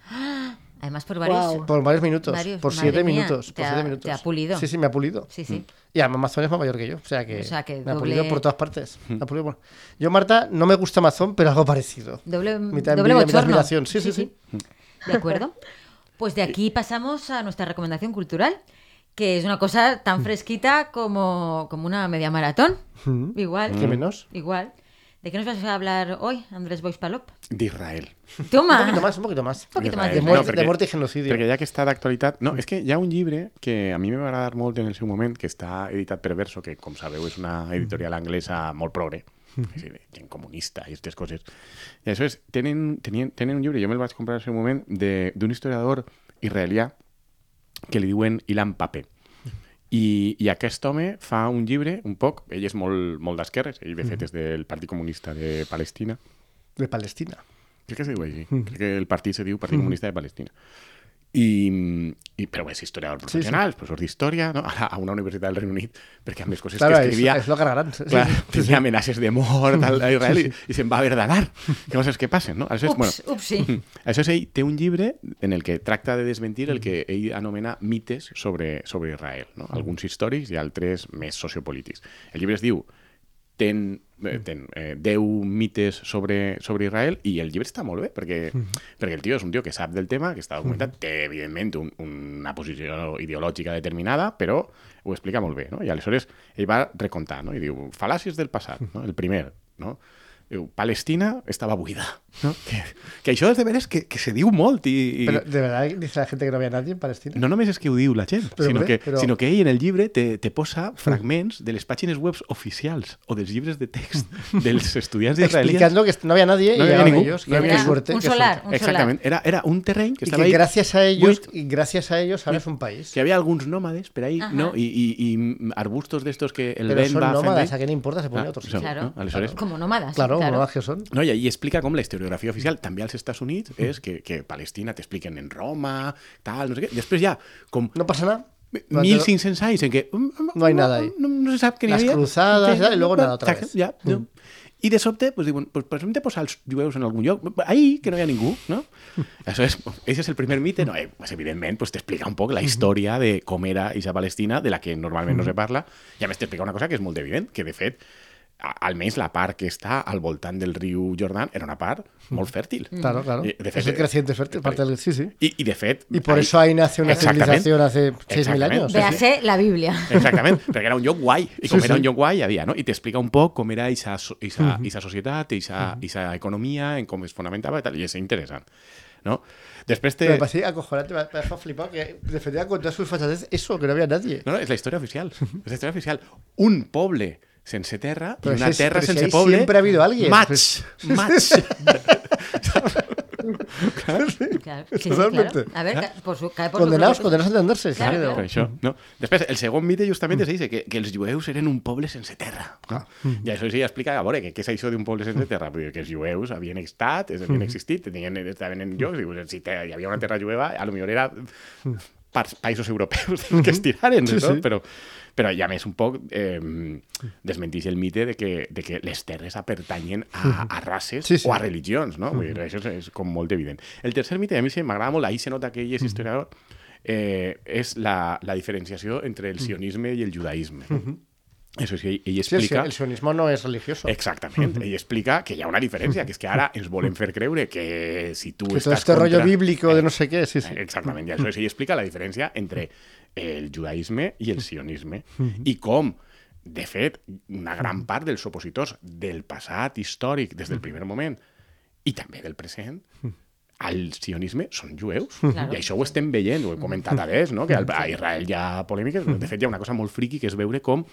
Además, por varios. Guau. Por varios minutos. Varios, por madre 7 mía, minutos. te Por ha- siete te minutos. ha pulido. Sí, sí, me ha pulido. Sí, sí. Y además Amazon es más mayor que yo. O sea que, O sea que me ha doble- pulido por todas partes. Hmm. Me ha pulido por- Yo, Marta, no me gusta Amazon, pero algo parecido. Doble, Mitad doble envidia, mitad bochorno. admiración. Sí, sí, sí. sí. De acuerdo. Pues de aquí pasamos a nuestra recomendación cultural, que es una cosa tan fresquita como, como una media maratón. Hmm. Mm. Igual. ¿Qué menos? Igual. ¿De qué nos vas a hablar hoy, Andrés Bois Palop? De Israel. Un Toma. poquito más, un poquito más. Un poquito más Israel. De de muerte, Eh, No, perquè- de muerte y genocidio. Perquè ja que està d'actualitat... No, és que hi ha un llibre que a mi em va agradar molt en el seu moment, que està editat per Verso, que, com sabeu, és una editorial anglesa molt progre, és a dir, gent comunista i aquestes coses. I aleshores, tenen, tenien, tenen un llibre, jo me'l vaig comprar al seu moment, de- d'un historiador israelià que li diuen Ilan Pape. I, I aquest home fa un llibre, un poc, ell és molt, molt d'esquerres, ell de fet és del Partit Comunista de Palestina, De Palestina. Crec que se diu així. Crec que el partit se diu Partit Comunista de Palestina. I, i però és historiador professional, sí, sí. professor d'història, no? a, a una universitat del Regne Unit, perquè amb les coses Claro, que escrivia... és- és lo cargarán, sí, Clar, sí, tenia amenaces de mort al- a Israel i, i se'n va haver d'anar. Coses que passen, no? Aleshores, Ups, bueno, ups, sí. Aleshores, ell té un llibre en el que tracta de desmentir el que ell anomena mites sobre, sobre Israel, no? alguns històrics i altres més sociopolítics. El llibre es diu ten, eh, ten eh, 10 mites sobre, sobre Israel i el llibre està molt bé perquè, perquè el tio és un tio que sap del tema, que està documentat, té evidentment un, una posició ideològica determinada, però ho explica molt bé. No? I aleshores ell va recontar no? i diu fal·làcies del passat, no? el primer. No? Diu, Palestina estava buida. No? Que, que això és de veres que, que se diu molt i, i... Pero, ¿De verdad dice la gente que no había nadie en Palestina? No només és que ho diu la gent, Però, sinó, hombre, que, però- Mm. sinó que ell en el llibre te, te posa fragments de les pàgines web oficials o dels llibres de text dels estudiants israelians. Explicando que no había nadie No y había llegaron ningún- ellos. no había qué ningún- suerte, un qué solar, suerte. un Exactament, era, era un terreny que Y estava que ahí, gracias a ellos, Buit. y gracias a ellos ahora es un país. que había alguns nòmades per ahí, Ajá. no? I, i, i arbustos d'estos que el Pero vent son va nómadas, ¿a fent quién le importa? Se pone Ah, otro eso. sitio. Claro. no, aleshores- Como nómadas. Claro, nómadas que son. No, i ahí explica com la historiografia oficial, també als Estats Units, és que, que Palestina t'expliquen en Roma, tal, no sé què. Després ja, com No pasa nada. Durante- 1500 anys en que mm, No hay nada ahí. No, no se sap què n'hi Las havia. cruzadas, Sí, y luego nada otra tac, vez. Mm. Ja, no. I de sobte, pues, diuen, pues, pues hem de posar els jueus en algun lloc, ahí, que no hi ha ningú, no? Aleshores, ese és el primer mite, no? Eh, pues, evidentment, pues, t'explica un poc la història de com era Isa Palestina, de la que normalment no se parla, i a més t'explica una cosa que és molt evident, que de fet, a- almenys la part que està al voltant del riu Jordan era una part molt fèrtil. Mm. Claro, claro. Eh, de fet, es el eh, creciente fértil. Parte del... Sí, sí. I, i de fet... Y por eso ahí nace una Exactament. civilización hace 6.000 Exactament. años. Ve- Véase la Biblia. Exactament, perquè era un lloc guai. I Sí, com sí, era sí. un lloc guai, hi havia, no? I t'explica un poc com era aquesta societat, aquesta economia, en com es fonamentava i tal, i és interessant. No? Després té... Me parecía acojonante, me me dejó flipado que defendía con todas sus fachatez eso, que no había nadie. No, no, és la història oficial. És la història oficial. Un poble sense terra i Però una si és- terra però si sense ahí poble... sempre ha habido alguien. pues- Match! Match! Claro, sí, sí, Totalmente. claro. A ver, ca- por su, cae por su Condenados, propio peso. condenados a entenderse. sí, Claro, sí, Per claro. això, no? Després, el segon mite justament és ese, que, que els jueus eren un poble sense terra. No? I això sí explica, a veure, què, què és això d'un poble sense terra? Vull dir, que els jueus havien estat, es- havien existit, tenien, estaven en llocs, i pues, si te, hi havia una terra jueva, a lo millor era parts, països europeus que estiraren, Sí, sí, no? sí. Però, però i a més un poc eh, desmentix el mite de que, de que les terres pertanyen a, a races Sí, sí. o a religions, no? Vull dir, això és, és com molt evident. El tercer mite, a mi se m'agrada molt, ahir se nota que ell és historiador, eh, és la, la diferenciació entre el sionisme i el judaïsme. Eso sí, Sí, ell el explica... sion- el sionismo no es religioso. Exactament, ell explica que hi ha una diferència, que és que ara ens volen fer creure que si tu Que todo estàs este rollo contra- bíblico de no sé qué, sí, sí. Exactament, i aleshores ell explica la diferència entre el judaïsme i el sionisme i com, de fet, una gran part dels opositors del passat històric des del primer moment i també del present al sionisme són jueus. Claro. I això ho estem veient, ho he comentat abans, no? que al- a Israel hi ha polèmiques, però de fet hi ha una cosa molt friqui que és veure com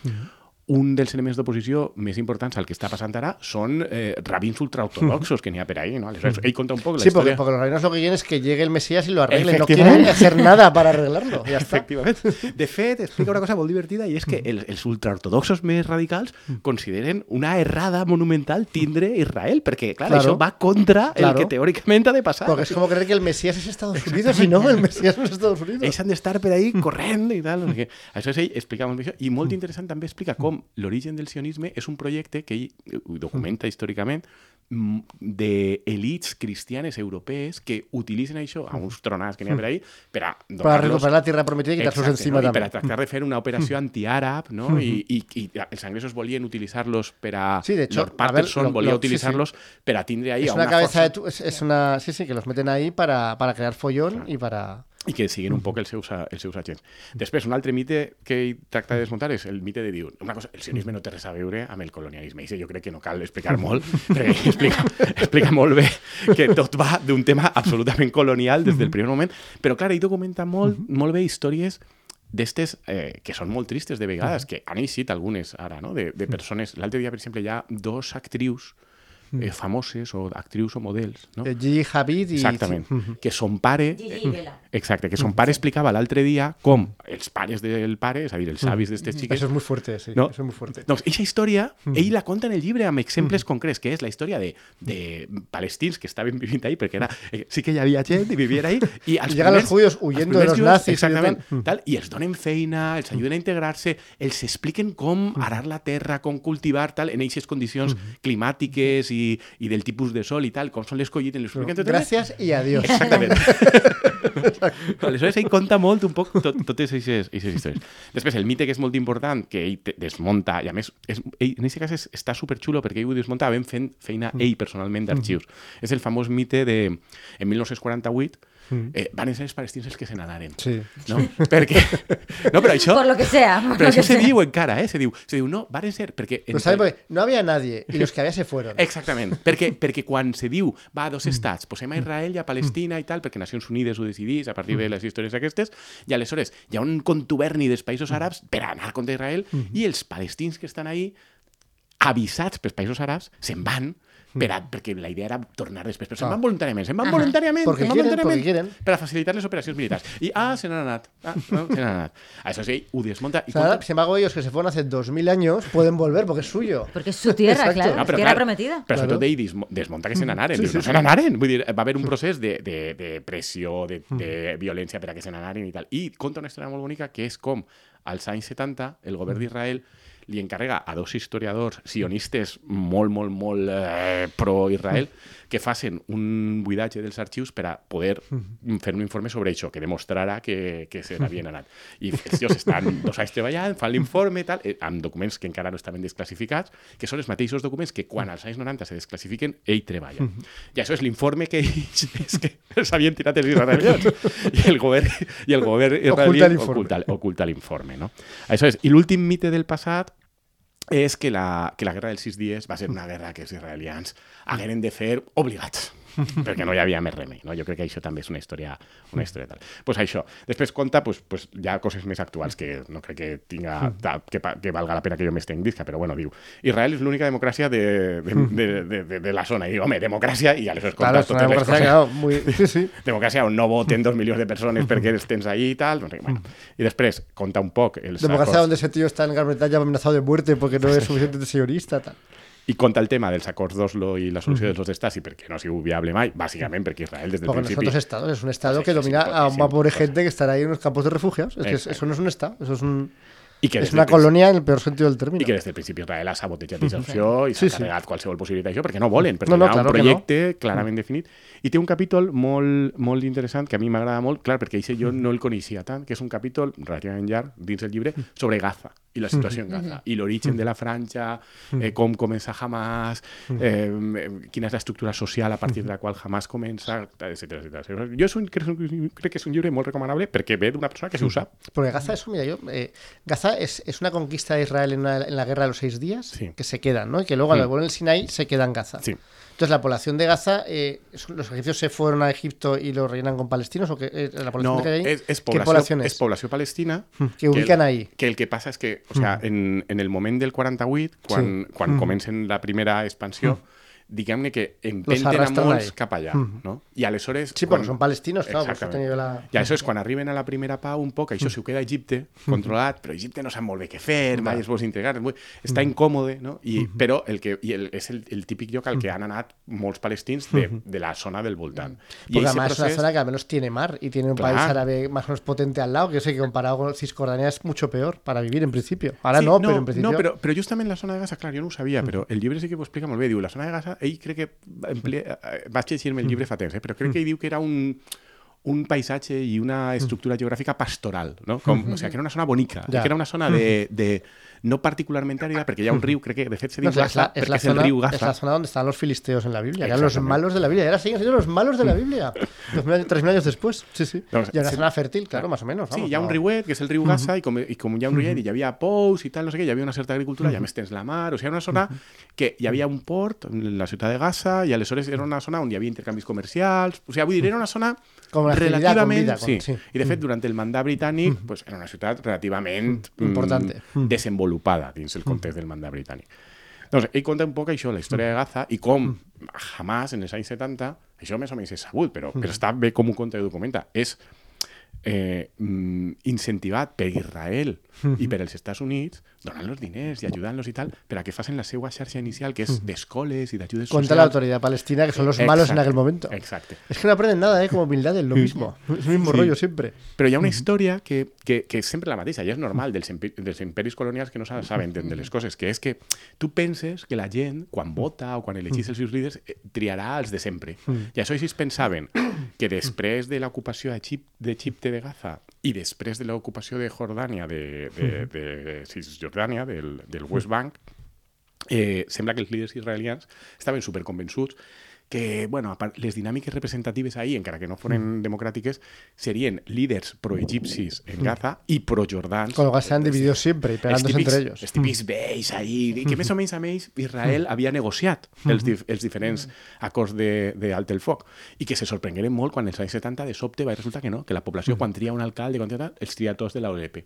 un dels elements d'oposició més importants al que està passant ara són eh, rabins ultraortodoxos que n'hi ha per ahí. No? Aleshores, ell conta un poc la Sí, porque, història... porque los reinos lo que quieren es que llegue el Mesías y lo arregle. No quieren Efectivamente. hacer nada para arreglarlo. Ya está. Efectivament. De fet, explica una cosa molt divertida i és Mm. que el, els ultraortodoxos més radicals consideren una errada monumental tindre Israel, perquè, clar, Claro. això va contra Claro. el que teòricament ha de passar. Porque es como creer que el Mesías es Estados Unidos y no, el Mesías no es Estados Unidos. Ells han d'estar per Mm. ahí corrent i tal. No sé què. Això és ell, explica molt bé això. I molt interessant també explica com l'origen del sionisme és un projecte que ell eh, ho documenta històricament mm, d'elits cristianes europees que utilitzen això a uns tronats que n'hi ha per ahí per a Para donar-los- Mm. recuperar la tierra prometida y quitarlos Exacte, encima no? I per a también. Mm. tractar de fer una operació antiàrab, no? I, i, i els anglesos volien utilitzar-los per a... Sí, de hecho, Lord a ver, Patterson lo- lo- volia sí, sí. utilitzar-los per a tindre ahí Es a una una cabeza força... de tu- es, es una sí sí que los meten ahí para, para crear follón y para i que siguin un poc els seus, a- els seus agents. Després, un altre mite que ell tracta de desmuntar és el mite de Dion. Una cosa, el sionisme no té res a veure amb el colonialisme. I això jo crec que no cal explicar molt, perquè explica, explica molt bé que tot va d'un tema absolutament colonial des del primer moment. Però, clar, ell documenta molt, molt bé històries d'estes eh, que són molt tristes de vegades, que han eixit algunes ara, no? de, de persones. L'altre dia, per exemple, hi ha dos actrius eh, famoses o actrius o models. No? Eh, Gigi Hadid i... Exactament. Que son pare... eh, Eh, Gigi i Bella. Exacte, que Mm. son pare explicava l'altre dia com els pares del pare, és a dir, Mm. els avis d'aquestes Sí, Eso xiques... es muy fuerte, sí. No. Eso es muy fuerte. Doncs aquesta història, Mm. ell la conta en el llibre amb exemples concrets, que és la història de, de Mm. palestins que estaven vivint ahí, perquè era, eh, sí que hi havia gent i vivien ahí, i els I llegan els judíos huyendo de los primers jueus, nazis Mm. i Exactament, tal. Mm. tal, i els donen feina, els ajuden a integrar-se, els expliquen com Mm. arar la terra, com cultivar, tal, en aquestes condicions climàtiques i, i del tipus de sol i tal, com són les collites, les expliquen tot. Gracias y adiós. Exactament. Aleshores, ell conta molt un poc tot, totes aquestes històries. Després, el mite que és molt important, que ell te- desmunta, i a més, és, ell, en aquest cas és, està superxulo perquè ell ho desmunta havent fent feina ell personalment d'arxius. És el famós mite de... En 1948 eh, van ser els palestins els que se n'anaren. Sí. No? Perquè... No, però això... Por lo que sea. por lo que Però això se sea. diu encara, eh? Se diu, se diu no, van ser... Perquè Pero ¿sabes por qué? No había nadie y los que había se fueron. Exactament, perquè, perquè quan se diu va a dos estats, posem a Israel i a Palestina i tal, perquè Nacions Unides ho decidís a partir de les històries aquestes, i aleshores hi ha un contuberni dels països àrabs per anar contra Israel i els palestins que estan ahí avisats pels països àrabs, se'n van per a, perquè la idea era tornar després, però se'n van voluntàriament, se'n van Ajá. voluntàriament, Ah. Porque se'n van quieren, voluntàriament porque quieren. per a facilitar les operacions militars. I, ah, se n'han anat. Ah, no, se n'han anat. Això sí, ho desmunta. O I sea, conta- ahora, sin embargo, ellos que se fueron hace 2000 años pueden volver porque es suyo. Porque es su tierra, Exacto. claro. Ah, No, es tierra prometida. Però Claro. sobretot ell dismo- desmunta que se n'anaren. Diu, no se n'anaren. Vull dir, va haver un procés de, de, de pressió, de, de violència per a que se n'anaren i tal. I conta una història molt bonica que és com als anys 70 el govern d'Israel li encarrega a dos historiadors sionistes molt, molt, molt eh, pro-Israel que facin un buidatge dels arxius per a poder fer un informe sobre això, que demostrarà que, que se n'havien anat. I ells estan dos anys treballant, fan l'informe i tal, eh, amb documents que encara no estaven desclassificats, que són els mateixos documents que quan als anys 90 se desclassifiquen, ell treballa. I això és l'informe que ells és que s'havien tirat els israelians. I el govern, i el govern israelí l'informe. oculta- oculta l'informe. No? Això és. I l'últim mite del passat és que la, que la guerra dels sis dies va ser una guerra que els israelians hagueren de fer obligats perquè no hi havia més remei, no? Jo crec que això també és una història, una història tal. pues això. Després conta, pues, pues, hi ha coses més actuals que no crec que tinga, ta- que, pa- que valga la pena que jo m'estengrisca, però bueno, diu, Israel és l'única democràcia de, de, de, de, de, de la zona. I diu, home, democràcia, i aleshores Claro, es conta una totes les democracia, coses claro, muy... Sí, sí. democràcia on no voten dos milions de persones perquè els tens ahí i tal. Doncs, Mm. bueno. I després, conta un poc els Democracia acords, donde ese tío está en Gran Bretaña amenazado de muerte porque no es suficientemente sionista. Tal. i conta el tema dels acords d'Oslo i la solució dels dos estats i perquè no ha sigut viable mai, bàsicament perquè Israel des del Porque principi... nosotros estados, es un estado Sí, que sí, domina sí, a sí, una pobre sí. gente que estará ahí en unos campos de refugiados. Es que es- Exacto. eso no es un estado, eso es, un- I que es des una del principi- colonia en el peor sentido del término. I que des del principi Israel ha sabotejat aquesta opció i s'ha Sí, sí, sí. carregat qualsevol possibilitat d'això perquè no volen, perquè No, no, no, no, hi ha claro un que projecte no. clarament definit. I té un capítol molt, molt interessant que a mi m'agrada molt, clar, perquè això jo no el coneixia tant, que és un capítol relativament llarg dins el llibre sobre Gaza i la situació en Gaza i l'origen de la franja, eh, com comença Hamas, eh, quina és l'estructura social a partir de la qual Hamas comença, etc. Jo és un, crec, crec que és un llibre molt recomanable perquè ve d'una persona que se ho sap. Porque Gaza, eso, mira, yo. eh, Gaza es, es una conquista de Israel en, una- en la guerra de los seis días Sí. que se quedan, ¿no? Y que luego al Mm. volver el Sinai se queda en Gaza. Sí. Entonces la población de Gaza, eh, son- los egipcios se fueron a Egipto y lo rellenan con palestinos o que eh, la población No, que hay ahí, es, es ¿qué población, población es? es? Hmm. población palestina. que ubican ahí. Que el que pasa es que, o Mm. sea, en, en el momento del 48, cuando quan comencen la primera expansió, diguem-ne que empenten a arrastren molts Mm. ahí. Mm. cap allà, no? I aleshores... Sí, quan- porque son palestinos, claro, por eso Exactament. he tenido la- I aleshores, quan arriben a la primera pau, un poc, Mm. això s'ho queda a Egipte, controlat, però Egipte no sap molt bé què fer, mai es vols integrar, molt- Mm. està incòmode, no? I, Mm-hmm. però el que, i el, és el, el típic lloc al Mm. que han anat molts palestins de, de la zona del voltant. I Porque Mm-hmm. Mm. Pues ese además es una procés- zona que al menos tiene mar y tiene un Claro. país árabe más o menos potente al lado, que yo sé que comparado con Cisjordania es mucho peor para vivir en principio. Ahora Sí, no, pero en principio... No, però, però justament la zona de Gaza, clar, jo no ho sabia, però el llibre sí que pues, ho explica molt bé. Diu, la ¿eh? zona de Gaza, ell crec que... Emple... eh, Vaig llegir-me el llibre fa temps, eh? però crec que ell diu que era un un paisatge i una estructura geogràfica pastoral, no? Com, o sigui, que era una zona bonica, Ja. que era una zona de, de no particularment àrida, perquè hi ha un riu, crec que de fet se diu No, es la- Gaza, es, perquè la és, el zona, riu es la Gaza. zona donde estaban los filisteos en la Biblia, que eran los Exactamente. Mm. malos de la Biblia, ahora siguen siendo los malos de la Biblia, dos mil años- tres mil años después, sí, sí, No, o sea, y era una sí. zona fértil, claro, más o menos. Sí, vamos, hi ha un no. riuet, que és el riu Gaza, i com, i com hi ha un riuet, i hi havia pous i tal, no sé què, hi havia una certa agricultura, i a més tens la mar, o sigui, era una zona que hi havia un port, la ciutat de Gaza, i aleshores era una zona on hi havia intercanvis comercials, o sigui, vull dir, era una zona Com la activitat, relativament... com vida, com- sí. sí. I de fet, durant el mandat britànic, pues, era una ciutat relativament mm, Importante. desenvolupada dins el context del mandat britànic. Doncs ell conta un poc això, la història de Gaza, i com jamás, en els anys 70, això més o menys és sabut, però, però està bé com ho conta i ho documenta, és eh, mm, incentivat per Israel i per els Estats Units, donant-los diners i ajudant-los i tal, per a que facin la seva xarxa inicial, que és d'escoles i d'ajudes socials. Contra la autoridad palestina, que son los malos en Exacte, aquel momento. Exacte. Es que no aprenden nada, ¿eh? Como Bin Laden, lo mismo. Es el mismo Mm. Sí. rollo siempre. Però hi ha una història que, que, que és sempre la mateixa, i és normal dels, empi- dels imperis colonials que no sa- saben de de les coses, que és que tu penses que la gent, quan vota o quan elegís els seus líders, eh, triarà els de sempre. I això ells pensaven que després de l'ocupació d'Egip- d'Egipte de Gaza i després de l'ocupació de Jordània, de, de, de Cisjordània, del, del West Bank, eh, sembla que els líders israelians estaven superconvençuts que bueno, a part- les dinàmiques representatives ahir, encara que no Mm. foren democràtiques, serien líders proegipcis Mm. en Gaza i projordans. Con lo cual se han dividido siempre y Els pegándose típics, entre Mm. ellos. els típics veis ahir, i que més o menys a més Mm. Israel havia negociat els, dif els diferents acords de, de alt el foc, i que se sorprengueren molt quan els anys 70 de sobte va resultar que no, que la Mm. població quan tria un alcalde, quan tria tal, els tria tots de la OLP,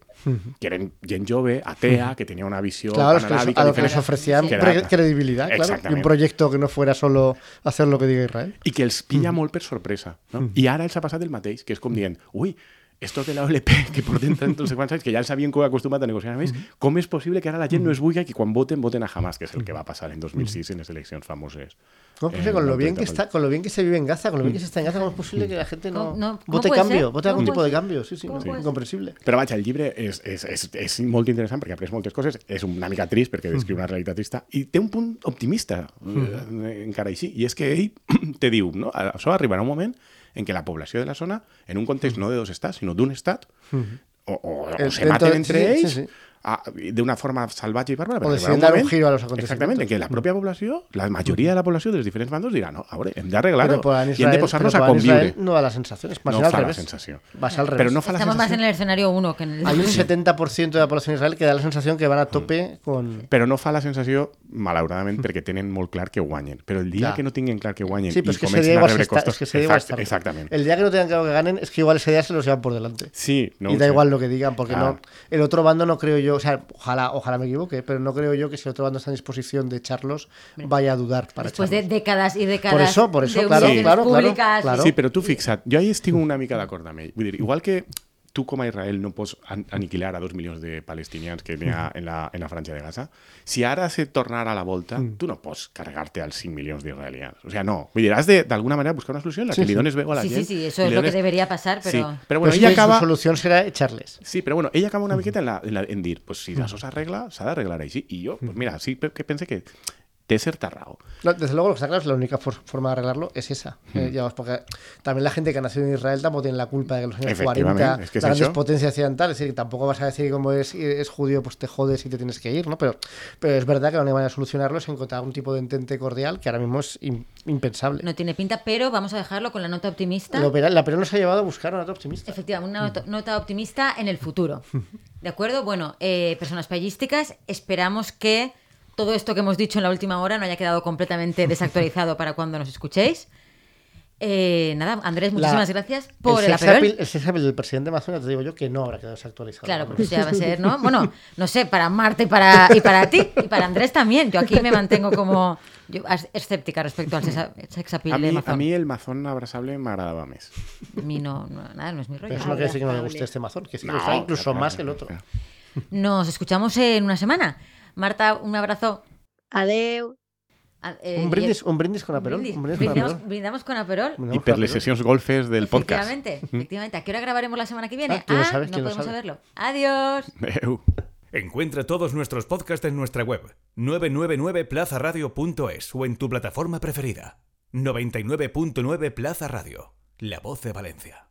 que eren gent jove, atea, que tenia una visió Mm. Claro, a los que les- panaràbica a los que les diferent. ofrecían Que era- pre- credibilidad, claro. Y un Exactamente. proyecto que no fuera solo hacer lo que diga Israel. i que els pilla molt per sorpresa. No? I ara els ha passat el mateix, que és com dient, ui, estos de la OLP que porten tant no sé quants anys, que ja els havien co- acostumat a negociar amb ells, com és possible que ara la gent no es vulgui que quan voten, voten a Hamas, que és el que va passar en 2006 en les eleccions famoses. ¿Cómo es posible Eh, con lo no, bien que treinta está, con lo bien que se vive en Gaza, con lo bien que se está en Gaza, cómo es posible que la gente no, ¿Cómo- no- cómo vote puede ser? cambio, vote algún ¿Cómo tipo de puede ser? cambio? Sí, sí, ¿Cómo sí. puede ser? incomprensible. Però vaja, el llibre és, és, és, és molt interessant perquè aprens moltes coses, és una mica trist perquè descriu una realitat trista i té un punt optimista eh, encara així, i és que ell te diu, no? això arribarà un moment en què la població de la zona, en un context no de dos estats, sinó d'un estat, o, o, o El- se dentro maten de- entre Eh, sí, sí, ells sí. a- d'una forma salvatge i bàrbara. O però arribarà deciden dar un giro a los Exactament, en què la pròpia població, la majoria de la població dels diferents bandos dirà, no, a veure, hem d'arreglar-ho por pues en i hem de Israel- posar-nos pero a por en Israel conviure. no da la sensación, es más No al fa la revés. sensació. Vas al revés. Però no fa la Estamos más sensació en el escenario 1 que en el Hay un 70% de la población israelí que da la sensación que van a tope con... però no fa la sensació, malauradament, perquè tenen molt clar que guanyen. Però el dia Hm. Clar. que no tinguin clar que guanyen Sí, pero es i que ese día comencen a igual se rebre está- costos... es que ese día igual Exacte- se está- exactament. El día que no tengan claro que ganen es que igual ese día se los llevan por delante. Sí, no y ho da sé. igual lo que digan, porque no. Claro. El otro bando no creo yo, o sea, ojalá, ojalá me equivoque, pero no creo yo que si el otro bando está en disposición de echarlos, vaya a dudar para Después de echarlos. décadas y décadas Por eso, por eso, de claro, humillaciones claro, claro, públicas. claro. Sí, però tu fixa't, jo ahir estic una mica d'acord amb ell. Vull dir, igual que tu com a Israel no pots an- aniquilar a dos milions de palestinians que n'hi ha en la, en la franja de Gaza, si ara se tornarà a la volta, Mm. tu no pots cargar-te als 5 milions d'israelians. O sigui, no. Vull dir, has de, d'alguna manera, buscar una solució en la que li dones veu a la Sí, sí, gent. sí, eso i es li lo que dones- debería pasar, Sí, pero- Però Pero bueno, es ella que acaba... su solución será echarles. Sí, però bueno, ella acaba una miqueta en, la, en, la, en dir, pues si això s'arregla, s'ha d'arreglar així. I jo, pues mira, sí pe- que pense que té certa raó. No, desde luego, lo que está claro es la única for- forma de arreglarlo es esa. Hmm. Eh, digamos, porque también la gente que ha nacido en Israel tampoco tiene la culpa de que en los años Efectivamente, 40 es que es las grandes eso. potencias hacían tal. Es decir, tampoco vas a decir como es, es judío, pues te jodes y te tienes que ir, ¿no? Pero, pero es verdad que la única manera de solucionarlo es encontrar algún tipo de entente cordial que ahora mismo es im- impensable. No tiene pinta, pero vamos a dejarlo con la nota optimista. Lo Pera- la Perón nos ha llevado a buscar a un dato optimista. Efectivamente, una nota- nota optimista en el futuro. ¿De acuerdo? Bueno, eh, personas payísticas, esperamos que todo esto que hemos dicho en la última hora no haya quedado completamente desactualizado para cuando nos escuchéis. Eh, nada, Andrés, La- muchísimas gracias por el el sex aperol. appeal- El sex appeal del presidente Macedonia, te digo yo, que no habrá quedado desactualizado. Claro, Vamos. porque eso ya va a ser, ¿no? Bueno, no sé, para Marte y para, y para ti, y para Andrés también. Yo aquí me mantengo como yo, as- escéptica respecto al sexa- sexapil A de mi, Mazón. a mi el mazón abraçable m'agradava més. A mí no, no, nada, no es mi rollo. Pero eso no quiere decir que no le guste este mazón, que sí, le No, gusta incluso claro, más que el claro, otro. claro. Nos escuchamos en una semana. Marta, un abrazo. Adeu. A- eh, Un brindis, un brindis con y- Aperol. brindis. Un brindis con brindamos, Aperol. brindamos con Aperol. I per les sessions golfes del podcast. Efectivamente, efectivamente. ¿A qué hora grabaremos la semana que viene? Ah, tú lo sabes, no ¿quién lo podemos sabe? saberlo. Adiós. Adéu. Encuentra todos nuestros podcasts en nuestra web 999plazaradio.es o en tu plataforma preferida. 99.9 Plaza Radio, la voz de Valencia.